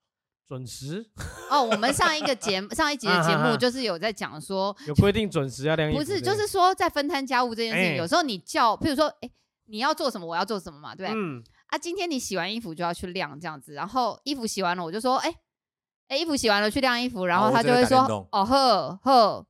S1: 准时
S3: 哦，我们上一个节目，上一集的节
S1: 啊啊
S3: 目
S1: 啊
S3: 就是有在讲说，
S1: 有规定准时要晾衣服
S3: 不
S1: 这件
S3: 是，
S1: 事，
S3: 就是说在分摊家务这件事情，
S1: 哎
S3: 有时候你叫，譬如说，哎，你要做什么，我要做什么嘛，对不对？
S1: 嗯，
S3: 啊，今天你洗完衣服就要去晾这样子，然后衣服洗完了，我就说，哎，哎，衣服洗完了去晾衣服，然
S2: 哦
S3: 后
S2: 我
S3: 他
S2: 这
S3: 就
S2: 个
S3: 会
S2: 打电
S3: 说
S2: 动，
S3: 哦呵呵，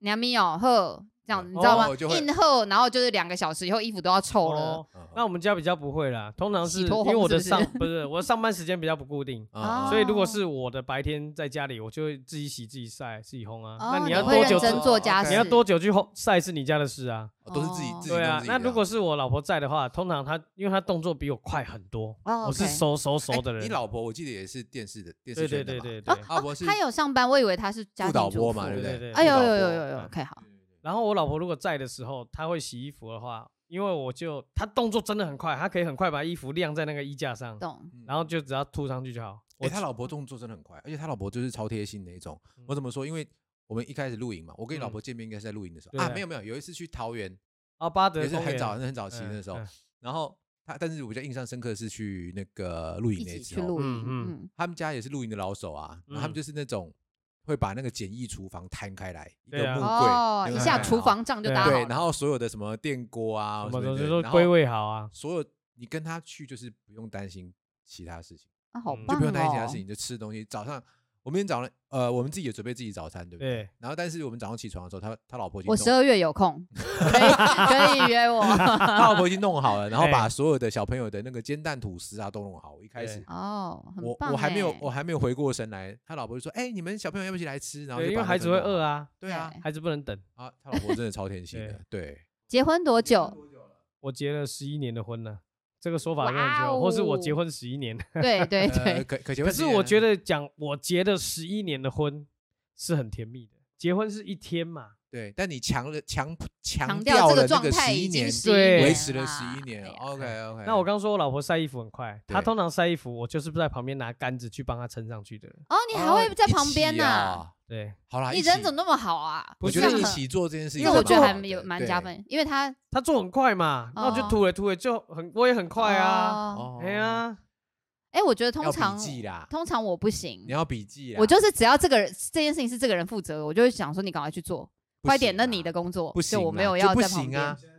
S3: 娘咪哦呵，这样子你知道
S1: 哦
S3: 吗
S2: 我就？会
S3: 硬呵，然后就是两个小时以后衣服都要臭了
S1: 哦。
S2: 嗯
S1: 那我们家比较不会啦，通常
S3: 洗
S1: 是因
S3: 头
S1: 为
S3: 红
S1: 我的
S3: 是不是
S1: 上 不是我的上班时间比较不固定，
S2: 啊
S1: 所以如果
S3: 哦
S1: 是我的白天在家里，我就会自己洗、自己晒、自己烘啊。
S3: 哦
S1: 那
S3: 你
S1: 要
S3: 会
S1: 多
S3: 认
S1: 久
S3: 真
S1: 自？
S3: 做家
S2: 哦
S3: 事，
S1: 你要多久去烘晒是你家的事啊。
S2: 哦都是自己
S3: 哦
S2: 自己
S1: 对啊
S2: 弄自己，
S1: 那
S2: 这
S1: 如
S2: 样
S1: 果是我老婆在的话，通常她因为她动作比我快很多，
S3: 哦
S1: 我是
S3: OK
S1: 熟熟熟
S2: 哎
S1: 的人。
S2: 你老婆我记得也是电视的电视
S1: 对对
S2: 圈的
S1: 对
S2: 嘛
S1: 对对
S3: 哦，
S2: 阿伯是
S3: 他有上班，我以为他是家
S2: 副
S3: 庭
S2: 导
S3: 主
S2: 播
S3: 妇
S2: 嘛，对不
S1: 对对对
S2: 对？
S3: 哎呦
S2: 副导
S3: 呦
S2: 播
S3: 呦呦呦
S1: 嗯
S3: ，OK 好，
S1: 然后我老婆如果在的时候，她会洗衣服的话，因为我就她动作真的很快，她可以很快把衣服晾在那个衣架上，
S3: 懂。
S1: 然后就只要吐上去就好。我
S2: 哎、他老婆动作真的很快，而且他老婆就是超贴心的一种。我怎么说？因为我们一开始露营嘛，我跟你老
S1: 嗯
S2: 婆见面应该是在露营的时候、
S1: 对
S2: 啊，
S1: 啊
S2: 没有没有，有一次去桃园，
S1: 啊，巴德
S2: 也是
S1: 公
S2: 很
S1: 园
S2: 早、很早期
S1: 嗯
S2: 的时候，
S1: 嗯
S2: 然后他，但是我比较印象深刻的是去那个露
S3: 一
S2: 营那
S3: 起去
S2: 次哦，
S3: 露营，
S1: 嗯嗯
S3: 嗯，
S2: 他们家也是露营的老手啊，然后他
S1: 嗯
S2: 们就是那种会把那个简易厨房摊开来，一个
S1: 对啊
S2: 木柜，
S3: 哦，
S2: 那
S3: 一
S2: 个
S3: 下
S2: 很
S3: 厨
S2: 好
S3: 房帐就
S1: 对
S3: 搭好
S2: 对，
S3: 了
S2: 然后所有的什么电锅啊
S1: 什
S2: 什
S1: 么
S2: 么
S1: 东西
S2: 的
S1: 都
S2: 然后
S1: 归位好啊。
S2: 所有你跟他去就是不用担心其他事情，
S3: 啊，好
S1: 嗯
S3: 棒
S1: 就
S2: 就不用担心其他
S3: 哦
S2: 事情，就吃东西。早上我们今天早上呃，我们自己也准备自己早餐，对不对？
S1: 对，
S2: 然后但是我们早上起床的时候，他他老婆已经
S3: 我
S2: 弄
S3: 十二月有空，可以可以约我。
S2: 他老婆已经弄好了，然 后
S1: 哎
S2: 把所有的小朋友的那个煎蛋吐司啊都弄好。我一开始
S1: 对
S3: 哦，很
S2: 我
S3: 棒
S2: 我还没有
S3: 欸
S2: 我还没有回过神来，他老婆就说：“哎，你们小朋友要不要一起来吃？”然后
S1: 对
S2: 就
S1: 因
S2: 把
S1: 为
S2: 那
S1: 孩
S2: 个
S1: 子会
S2: 弄好
S1: 饿。啊，
S2: 对啊，
S3: 对
S1: 孩子不能等。
S2: 啊，他老婆真的超天性的，对，
S3: 结婚多久？
S1: 我结了十一年的婚了，这个说法更
S3: 哇
S1: 久，或是我结
S3: 哦
S1: 婚十一年。
S3: 对 对
S2: 呃，
S3: 对，
S2: 可可结
S1: 可
S2: 婚
S1: 是我觉
S2: 得
S1: 得讲我结了十一年的婚是很甜蜜的，结婚是一天嘛，
S2: 对，但你强了强强
S3: 强调这
S2: 了那
S3: 状
S2: 个
S3: 态
S2: 十
S3: 已
S2: 一
S3: 经
S2: 年，
S3: 11
S1: 对
S2: 维
S3: 年
S2: 持了
S3: 啦
S2: 十一年
S3: 哎呀
S2: ，OK OK。
S1: 那我刚说我老婆晒衣服很快，她
S2: 对
S1: 通常晒衣服，我就是在旁边拿杆子去帮她撑上去的人。
S3: 哦，你还会在旁边呢？
S2: 呐，
S1: 对，
S2: 哦好啦，
S3: 你
S2: 一
S3: 人
S2: 起
S3: 怎么那么好啊？
S2: 我觉
S3: 这
S2: 得
S3: 样
S2: 一
S3: 很
S2: 起做这件事情
S3: 这
S2: 蛮
S3: 我
S2: 好的，
S3: 觉得还有蛮
S2: 对
S3: 加。分，因为他
S1: 她做很快嘛，那我就
S3: 哦
S1: 吐了吐了，就很我也很快啊，
S2: 哦
S3: 哦
S1: 哎，呀，
S3: 哎，我觉得
S2: 要
S3: 通
S2: 笔
S3: 常
S2: 记啦，
S3: 通常我不行
S2: 你，要笔记啦，
S3: 我就是只要这个人这件事情是这个人负责，我就会想说你赶快去做，
S2: 不
S3: 快
S2: 行
S3: 点，那
S2: 啦
S3: 你的工作，
S2: 不行
S3: 就
S2: 啦，
S3: 我没有
S2: 就
S3: 要
S2: 不
S3: 在旁
S2: 行啊
S3: 边，。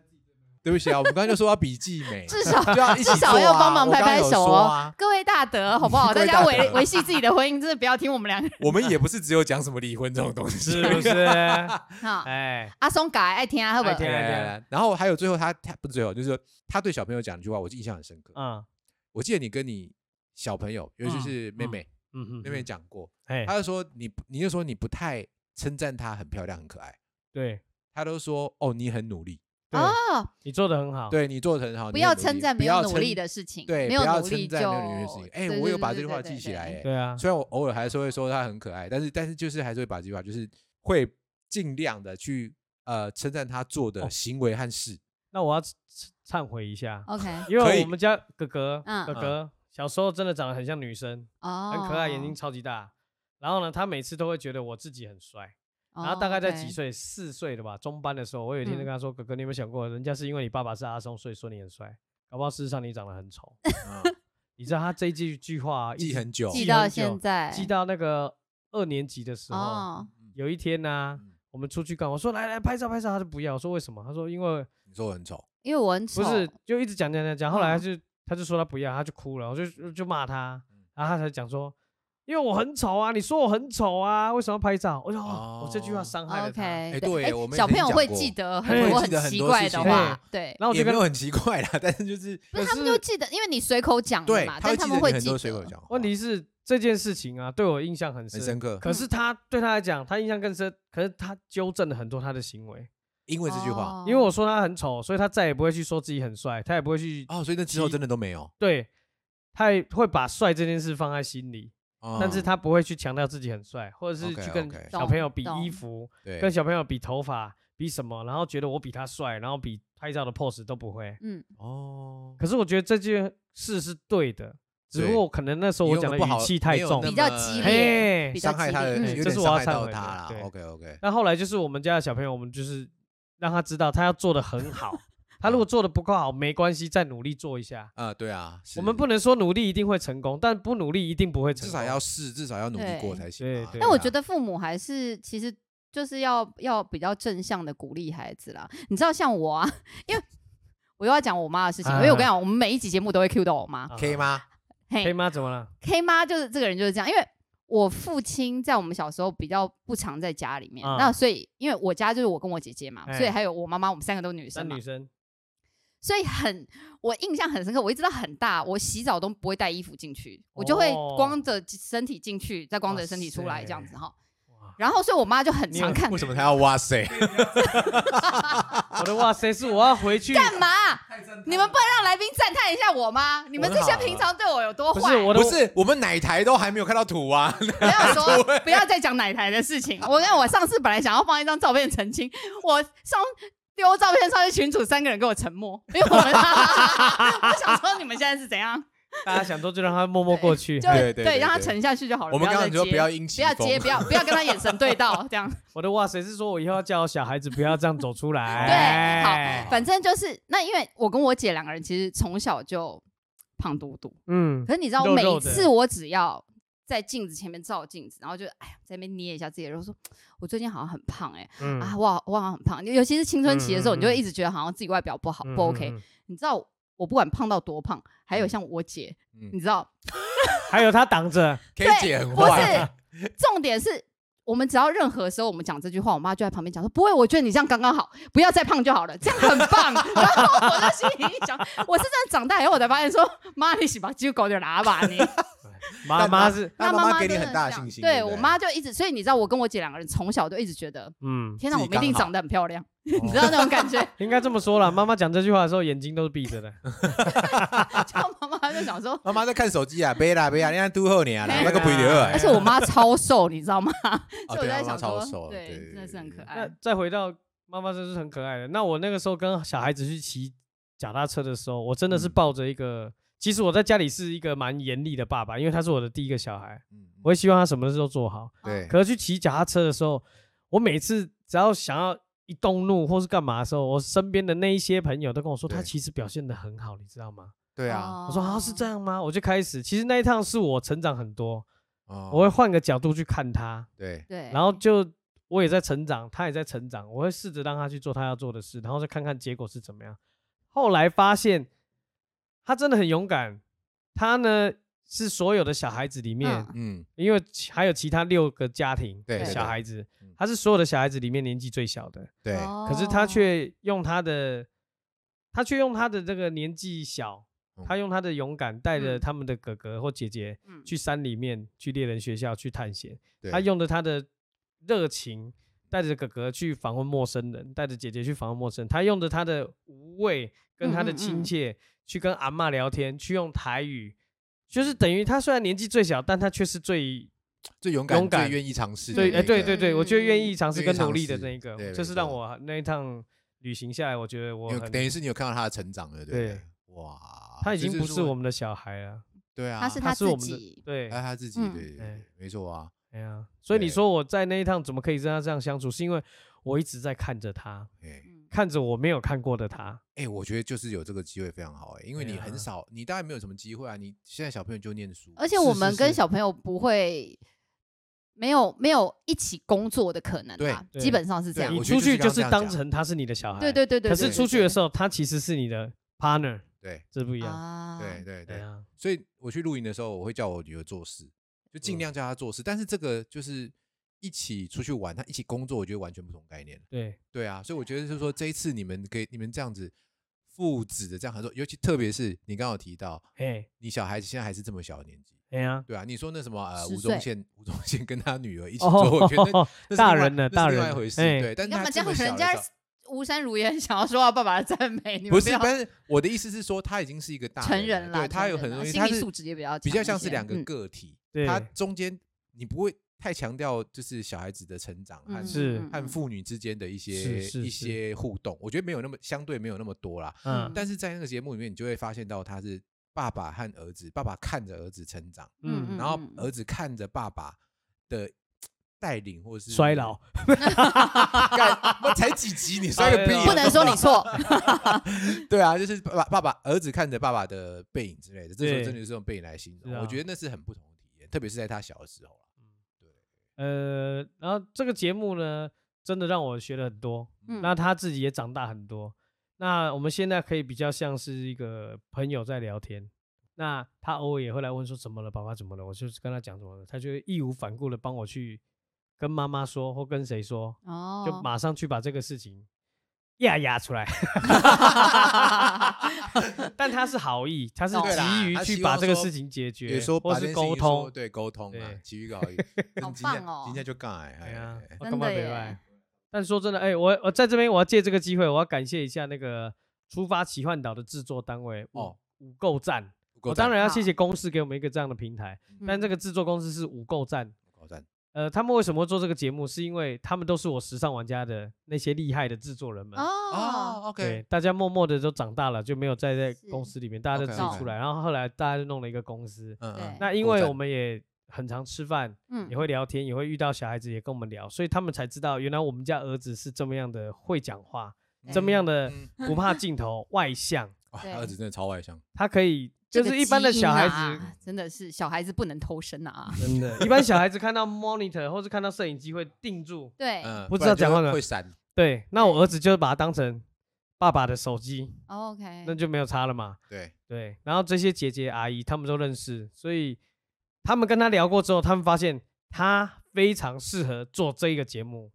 S2: 对不起啊，我们刚才就说要笔记 美，
S3: 至少
S2: 就要一起
S3: 至少
S2: 做
S3: 要
S2: 啊
S3: 帮忙
S2: 我
S3: 拍
S2: 刚刚
S3: 拍
S2: 有
S3: 手
S2: 说
S3: 哦
S2: 啊
S3: 各位大德，好 不好？
S2: 各位
S3: 大家
S2: 大
S3: 维
S2: 德
S3: 维系自己的婚姻，真的不要听我们 两个人
S2: 我们也不是只有讲什么离婚这种东 西，
S1: 是不是？
S3: 哈。
S1: 哎，
S3: 阿松改爱听啊，好不
S1: 爱
S3: 好？
S1: 听对啊对啊
S2: 然后还有最后他他不是最后，就是说他对小朋友讲一句话，我印象很深刻。
S1: 嗯
S2: 我记得你跟你小朋友，尤其
S1: 嗯
S2: 是妹
S1: 嗯
S2: 妹，
S1: 嗯嗯，
S2: 妹妹讲过，
S1: 哎，
S2: 她就说你不，你就说你不太称赞她很漂亮、很可爱，
S1: 对
S2: 她都说哦，你很努力，
S1: 对，
S3: 哦，
S1: 你做的很好，
S2: 对你做的很好，
S3: 不
S2: 你很
S3: 要
S2: 努
S3: 称
S2: 力
S3: 赞
S2: 不
S3: 没有
S2: 要
S3: 努
S2: 称
S3: 力的事情，
S2: 对，
S3: 没
S2: 不要
S3: 有努
S2: 称
S3: 力就
S2: 赞没有努力的事情。哎，我有把这句话记起来，哎，
S1: 对啊，
S2: 虽然我偶尔还是会说她很可爱，但是但是就是还是会把这句话，就是会尽量的去呃称赞她做的
S1: 哦
S2: 行为和 事。
S1: 那我要忏忏悔一下，
S3: OK，
S1: 因
S2: 可
S1: 为
S2: 以
S1: 我们家哥哥
S3: 嗯
S1: 哥哥小时候真的长得很像女生，
S3: 哦，
S1: 很可爱，眼睛，超级大。然后呢，他每次都会觉得我自己很帅。然
S3: 哦
S1: 后大概在几？岁，四岁的吧，中班的时候，我有一天就
S3: 嗯
S1: 跟他说：“哥哥，你有没有想过，人家是因为你爸爸是阿松，所以说你很帅，搞不好事实上你长得很 丑。
S2: 嗯”
S1: 你知道他这一句句话啊一
S2: 记
S1: 直
S2: 很久，
S3: 哦记
S1: 记
S3: 到
S1: 很久
S3: 现在，
S1: 记到那个二年级的时候，
S3: 哦，
S1: 有一天呢
S2: 嗯，
S1: 我们出去干，我说：“来来，拍照拍照。”他就不要，我说：“为什么？”他说：“因为
S2: 你说我很丑，
S3: 因为我很丑，
S1: 不是，就一直讲讲讲讲，后来他
S3: 嗯
S1: 就他就说他不要，他就哭了，我就就骂他
S2: 嗯，
S1: 然后他才讲说，因为我很丑啊，你说我很丑啊，为什么要拍照？我就哦，我这句话
S2: 哦
S1: 伤害了
S3: OK，
S1: 他，
S3: 对
S2: 对耶我们
S3: 小
S2: 以前
S3: 朋友
S2: 讲
S3: 会
S2: 过
S3: 记得
S1: 他们
S3: 很多
S2: 会记得很
S3: 奇
S2: 多
S3: 怪
S2: 事
S3: 的
S1: 情
S3: 话，对，
S1: 然后我
S2: 也
S1: 就
S2: 没
S1: 跟
S2: 有很奇怪啦，但是就是
S3: 不是
S1: 可
S3: 他们就是记得，因为你随口讲的
S2: 对
S3: 嘛，，
S2: 他会
S3: 但他
S2: 记
S3: 们
S2: 得
S3: 会
S2: 你很
S3: 记
S2: 多
S3: 得，
S2: 随口讲话，
S1: 问题是这件事情啊，对我印象很
S2: 很
S1: 深。
S2: 深刻，
S1: 可
S3: 嗯
S1: 是他对他来讲，他印象更深。可是他纠正了很多他的行为，
S2: 因为这句话
S3: 哦
S1: 因为我说他很丑，所以他再也不会去说自己很帅，他也不会去
S2: 哦，所以那之后真的都没有，
S1: 对，他也会把帅这件事放在心里，但是
S2: 嗯
S1: 他不会去强调自己很帅，或者是去跟
S2: OK，OK
S1: 小朋友比
S3: 懂
S1: 衣
S3: 懂
S1: 服，
S2: 对
S1: 跟小朋友比头发、比什么，然后觉得我比他帅，然后比拍照的 pose 都不会。
S3: 嗯，
S2: 哦，
S1: 可是我觉得这件事是对的，只不
S2: 对
S1: 过可能那时候我
S2: 你用
S1: 讲
S2: 得
S1: 的
S2: 不好
S1: 语气太
S2: 没有
S1: 重
S2: 那，
S3: 比较激
S2: 么
S3: 烈，
S1: 嘿
S3: 比较
S2: 伤害
S3: 激
S2: 他的，
S3: 烈嗯
S1: 这
S2: 有点
S1: 是我
S2: 伤
S1: 要
S2: 害
S1: 忏
S2: 到
S1: 悔
S2: 他
S1: 的
S2: 啦
S1: 对
S2: OK OK，
S1: 那后来就是我们家的小朋友，我们就是让他知道他要做的很 好，他如果做的不够好没关系，再努力做一下。
S2: 啊，对啊，
S1: 我
S2: 是
S1: 们不能说努力一定会成功，但不努力一定不会成
S2: 至
S1: 功。
S2: 少要试，至少要努力
S3: 对
S2: 过才行
S1: 对
S2: 嘛。
S1: 对
S3: 但我觉
S2: 得
S3: 得父母还是其实就是要要比较正向的鼓励孩子啦。你知道像我啊， 因为我又要讲我妈的事情，因为我跟你讲，我们每一集节目都会 cue 到我妈。
S1: 啊
S2: 可以？吗？
S1: 可以
S3: 嘿
S1: 吗？怎么了？
S3: ，K 妈就是这个人就是这样，因为。我父亲在我们小时候比较不常在家里面，
S1: 嗯
S3: 那所以因为我家就是我跟我姐姐嘛，
S1: 哎
S3: 所以还有我妈妈，我们三个都是女生
S1: 三
S3: 嘛
S1: 女，生
S3: 所以很我印象很深刻，我一直到很大，我洗澡都不会带衣服进去，我就会
S1: 哦
S3: 光着身体进去，再光
S1: 哇
S3: 着身体出来
S1: 塞
S3: 这样子哈。
S1: 哇！
S3: 然后所以我妈就很
S1: 你有
S3: 常看
S2: 为什么他要哇塞？
S1: 我的哇塞，是我要回去
S3: 干嘛？你们不能让来宾赞叹一下我吗？你们这些平常对我有多
S1: 不
S3: 坏
S1: 是？我的
S2: 啊不是，我们哪台都还没有看到土啊！
S3: 不要说，不要再讲奶台的事情。我跟我上次本来想要放一张照片澄清，我上丢照片上去群主三个人给我沉默，因为我们 我想说你们现在是 怎样，
S1: 大家想做就让他默默过去。
S3: 就
S2: 对对对
S3: 让他
S2: 对
S3: 沉下去就好了。
S2: 我们刚
S3: 不要再
S2: 刚说
S3: 接
S2: 不要引起
S3: 不要接，不要不要跟他眼神对到，这样。
S1: 我的哇塞是说我以后要叫我小孩子不要这样走出来。
S3: 对，好，反正就是那，因为我跟我姐两个人其实从小就胖嘟嘟，
S1: 嗯
S3: 可，是你知道，
S1: 肉
S3: 每
S1: 肉
S3: 一
S1: 的
S3: 次我只要在镜子前面照镜子，然后就哎呀，在那边捏一下自己的肉，说我最近好像很胖哎、
S1: 嗯
S3: 啊，我好我好像很胖，尤其是青春期的时
S1: 嗯
S3: 候，
S1: 嗯
S3: 你就会一直觉得好像自己外表不好，不 OK。
S1: 嗯嗯嗯
S3: 你知道我不管胖到多胖，还有像我姐，
S2: 嗯
S3: 你知道，
S1: 还有他挡着，
S2: ，K 姐很
S3: 不
S2: 坏，
S3: 是重点是。我们只要任何时候我们讲这句话，我妈就在旁边讲说：“不会，我觉得你这样刚刚好，不要再胖就好了，这样很棒。” 然后我就心里一想，我是真的长大以后我才发现说：“妈，你喜把鸡狗就喇叭你。”
S1: 妈
S2: 但
S1: 妈是，
S2: 那
S3: 那
S2: 妈
S3: 妈
S2: 给你
S3: 真的
S2: 很大
S3: 是这样
S2: 信心，
S3: 对
S2: 对不
S3: 我
S2: 对
S3: 妈就一直，所以你知道，我跟我姐两个人从小就一直觉得，
S1: 嗯，哦
S3: 天哪，
S2: 自
S3: 我
S2: 己
S3: 们一定
S2: 刚好
S3: 长得很漂亮，你
S2: 你
S3: 知道那种感觉？
S1: 应该这么说啦。妈妈讲这句话的时候，眼睛都是闭着的。
S3: 就妈妈就想说，
S2: 妈妈在看手机啊，别啦别啦，人家嘟后你啊啦，
S3: 嘿
S2: 那个不对
S1: 啦
S2: 啊
S3: 而，且我妈超瘦，你知道吗？
S2: 哦
S3: 所以我
S2: 对啊
S3: 在
S2: 妈妈
S3: 想
S2: 超
S3: 说
S2: 瘦，
S3: 对
S2: 对，
S3: 真的是很可
S2: 爱。
S1: 那
S3: 爱。
S1: 再回到妈妈，真是很可爱的。那我那个时候跟小孩子去骑脚踏车的时候，我真的是
S2: 嗯
S1: 抱着一个，其实我在家里是一个蛮严厉的爸爸，因为他是我的第一个小孩，
S2: 嗯嗯
S1: 我会希望他什么事都做好。
S2: 对，
S1: 可是去骑脚踏车的时候，我每次只要想要一动怒或是干嘛的时候，我身边的那一些朋友都跟我说，他
S2: 对
S1: 其实表现的很好，你知道吗？
S3: 哦
S2: 对啊，
S1: 我说啊，是这样吗？我就开始，其实那一趟是我成长很多，
S2: 哦
S1: 我会换个角度去看他，
S2: 对
S3: 对，
S1: 然后就我也在成长，他也在成长，我会试着让他去做他要做的事，然后再看看结果是怎么样。后来发现他真的很勇敢，他呢是所有的小孩子里面，
S3: 嗯
S2: 嗯
S1: 因为其还有其他六个家庭
S2: 对
S1: 的
S3: 对
S1: 小
S2: 对
S1: 孩子
S2: 嗯，
S1: 他是所有的小孩子里面年纪最小的，
S2: 对，
S3: 哦
S1: 可是他却用他的，他却用他的这个年纪小，他
S2: 嗯
S1: 用他的勇敢带着
S3: 嗯
S1: 他们的哥哥或姐姐
S3: 嗯
S1: 去山里面去猎人学校去探险，
S2: 对
S1: 他用着他的热情。带着哥哥去访问陌生人，带着姐姐去访问陌生人。他用着他的无畏跟他的
S3: 嗯嗯
S1: 亲
S3: 嗯
S1: 切，去跟阿嬷聊天，去用台语，就是等于他虽然年纪最小，但他却是最
S2: 最勇
S1: 勇
S2: 敢、
S1: 敢
S2: 最愿意尝试的
S1: 对，
S2: 那
S1: 哎，对
S2: 个
S1: 对对，我觉得愿意
S3: 嗯
S1: 尝试
S2: 愿
S1: 跟
S2: 意
S1: 努
S2: 尝
S1: 力的
S2: 试
S1: 那一个
S2: 对，
S1: 这
S2: 没
S1: 是让
S2: 错
S1: 我那一趟旅行下来，我觉得我
S2: 因为
S1: 很
S2: 等于是你有看到他的成长了，对
S1: 对
S2: 不对，哇，
S1: 他已经
S2: 这
S1: 不
S2: 就是
S1: 我，们的小孩了，
S2: 对啊，
S3: 他是
S1: 他
S3: 他
S1: 是
S3: 自
S1: 我们的
S3: 己，
S1: 对，
S2: 他他自己，
S3: 嗯
S2: 对对
S1: 哎
S2: 对，没错啊，
S1: 哎呀，所以你
S2: 对
S1: 说我在那一趟怎么可以跟他这样相处，是因为我一直在看着他，
S2: 哎
S3: 嗯
S1: 看着我没有看过的他，
S2: 哎，我觉得就是有这个机会非常好，哎，因为
S1: 对
S2: 你
S1: 啊
S2: 很少，你大概没有什么机会啊，你现在小朋友就念书，
S3: 而且
S1: 是
S3: 我
S1: 是
S3: 们
S1: 是
S3: 跟小朋友不会。没有没有一起工作的可能
S2: 对
S3: 啊，
S1: 对
S3: 基本上是这
S2: 对
S3: 样
S1: 你
S2: 我。
S1: 出
S2: 觉得就是
S1: 去就是
S2: 刚刚这样
S1: 当
S2: 讲
S1: 成他是你的小孩，
S3: 对对对对。
S1: 可是出去的时
S3: 候
S1: 候，他其实是你的 partner，
S2: 对
S1: 这不一样，
S3: 啊，
S2: 对对
S1: 哎
S2: 对，
S1: 呀，
S2: 所以我去露营的时候，我会叫我女儿做事，就尽
S1: 嗯
S2: 量叫她做事，但是这个就是一起出去玩，她一起工作，我觉得完全不同概念。
S1: 对，
S2: 对啊，所以我觉得就是说，这一次你们可以，你们这样子父子的这样合作，尤其特别是你刚刚有提到，
S1: 哎
S2: 你小孩子现在还是这么小的年纪，
S1: 哎呀，
S2: 对啊，你说那什么呃，
S3: 10
S2: 吴宗
S3: 岁哦
S2: 宪，吴宗宪跟他女儿一起做，我觉得那那是
S1: 大
S2: 另外
S1: 人了
S2: 那是
S1: 大
S2: 另
S1: 人
S2: 外一
S1: 了
S2: 回事，
S1: 哎
S2: 对，但是
S3: 干
S2: 他
S3: 嘛
S2: 这
S3: 这
S2: 么
S3: 样？
S2: 小
S3: 人
S2: 的时
S3: 家
S2: 候
S3: 吴山如也很想要收到爸爸的赞美，你们
S2: 不是，
S3: 要
S2: 但是我的意思是说，他已经是一个大
S3: 成
S2: 人
S3: 人啦，
S2: 对他
S3: 成
S2: 有
S3: 人
S2: 很多
S3: 啦
S2: 东西，
S3: 心
S2: 他
S3: 理
S2: 是
S3: 素质也比较
S2: 比较
S3: 强一
S2: 像是
S3: 些
S2: 两个
S3: 嗯
S2: 个体，
S1: 对
S2: 他中间你不会太强调就是小孩子的成长和
S3: 嗯
S1: 是
S3: 嗯
S2: 和
S3: 嗯
S2: 父女之间的一些
S1: 是是
S2: 一
S1: 是
S2: 些互动，我觉得没有那么相对没有那么多啦。
S1: 嗯
S2: 但是在那个节目里面，你就会发现到他是爸爸和儿子，爸爸看着儿子成长，
S1: 嗯
S3: 嗯
S2: 然后
S3: 嗯
S2: 儿子看着爸爸的带领或是
S1: 衰老，，
S2: 干我才几集你衰个屁
S1: 对
S2: 啊、
S3: 哎不能说你错，
S2: 对啊，就是爸爸爸爸儿子看着爸爸的背影之类的，这时候
S1: 对
S2: 真的是用背影来形容，
S1: 是啊
S2: 我觉得那是很不同的体验，特别是在他小的时候啊。
S1: 呃，然后这个节目呢，真的让我学了很多，
S3: 嗯
S1: 那他自己也长大很多。那我们现在可以比较像是一个朋友在聊天，那他偶尔也会来问说怎么了，爸爸怎么了，我就是跟他讲怎么了，他就会义无反顾的帮我去跟妈妈说或跟谁说，
S3: 哦
S1: 就马上去把这个事情压压出 来。但他是好意，他是
S3: 懂
S2: 对啦
S1: 急于
S2: 他希
S1: 去把
S2: 望
S1: 这个
S2: 说
S1: 事情解决，
S2: 也说
S1: 或
S2: 把这
S1: 是
S2: 件事情
S1: 沟
S2: 说
S1: 通，
S2: 对沟通啊
S1: 对，
S2: 体育搞 一，
S3: 好
S2: 今天
S3: 棒哦
S2: 今天就干哎，
S1: 哎呀
S2: 哎，
S1: 我
S3: 真
S1: 干嘛
S3: 的
S1: 没
S3: 耶
S1: 来？但说真的，哎、我我在这边我要借这个机会，我要感谢一下那个《出发奇幻岛》的制作单位
S2: 哦
S1: 哦，五购站。
S2: 我
S1: 我当然要谢
S3: 好嗯
S1: 谢公司给我们一个这样的平台，但这个制作公司是五购站。
S2: 高赞，
S1: 呃，他们为什么会做这个节目？是因为他们都是我时尚玩家的那些厉害的制作人们。
S3: 哦，
S2: 哦
S1: 对
S2: ，OK，，
S1: 大家默默的都长大了，就没有再在
S3: 是
S1: 公司里面，大家就自
S2: OK，OK
S1: 己出来。然后后来大家就弄了一个公司。
S2: 嗯嗯
S3: 对，
S1: 那因
S2: 够
S1: 为
S2: 赞
S1: 我们也很常吃饭，
S3: 嗯
S2: 哦
S1: 也会聊天，也会遇到小孩子，也跟我们聊，所以他们才知道，原来我们家儿子是这么样的会讲话，这么样的
S2: 嗯
S1: 不怕镜头，外向，
S2: 哇，
S3: 对
S2: 他儿子真的超外向，
S1: 他可以就是一般的小孩 子，
S3: 啊真的是小孩子不能偷生啊，
S2: 嗯
S1: 真的，一般小孩子看到 monitor 或是看到摄影机会定住，
S3: 对，
S2: 嗯，
S1: 不知
S2: 然
S1: 道
S2: 就
S1: 讲
S2: 会
S1: 话呢
S2: 会闪，
S1: 对，那我儿子就是把它当成。爸爸的手机，
S3: 哦 OK，
S1: 那就没有差了嘛。
S2: 对，
S1: 对，然后这些姐姐阿姨他们都认识，所以他们跟他聊过之后，他们发现他非常适合做这一个节目，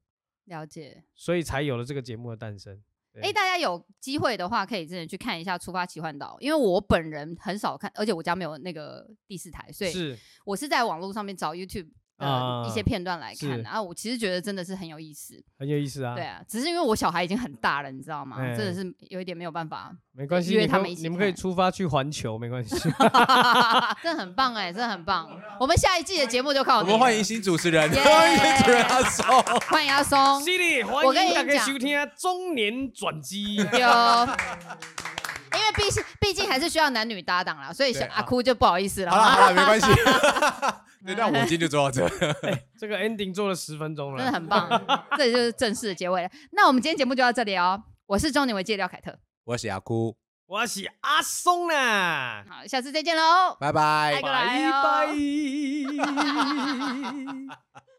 S3: 了解。
S1: 所以才有了这个节目的诞生。对
S3: 哎、大家有机会的话，可以真的去看一下《出发奇幻岛》，因为我本人很少看，而且我家没有那个第四台，所以
S1: 是
S3: 我是在网络上面找 YouTube
S1: 啊
S3: 的一些片段来看
S1: 是
S3: 的啊。我其实觉得真的是很有意思，
S1: 很有意思啊。
S3: 对啊，只是因为我小孩已经很大了，你知道吗？
S1: 哎
S3: 真的是有一点没有办法，
S1: 没关系，
S3: 约
S1: 你
S3: 他
S1: 跟
S3: 们一起
S1: 你们可以
S3: 看
S1: 出发去环球，没 关系。
S3: 真的很棒哎、真的很棒。我们下一季的节目就靠
S2: 我
S3: 你
S2: 们
S3: 了
S2: 欢迎新主持人，
S3: 耶
S2: 欢迎新主持人 阿松。
S3: 欢迎阿松，
S1: 犀利，欢
S3: 我跟
S1: 迎
S3: 你
S1: 大家
S3: 讲。
S1: 收听《中年转机》
S3: 啊有。因为毕竟毕竟还是需要男女搭档啦，所以小
S2: 对
S3: 阿哭就不好意思了
S2: 好 了好了，没关系。对， 那我们今天就做到这。
S1: 哎这个 ending 做了十分钟
S3: 真的
S1: 了，
S3: 很棒，这就是正式的结尾了。那我们今天节目就到这里哦，我是中年危机的廖凯特，
S2: 我是阿哭，
S1: 我是阿松啊啦，
S3: 好，下次再见喽。哦
S2: 拜拜
S3: 拜。过
S1: 拜
S3: 来哦
S1: 拜。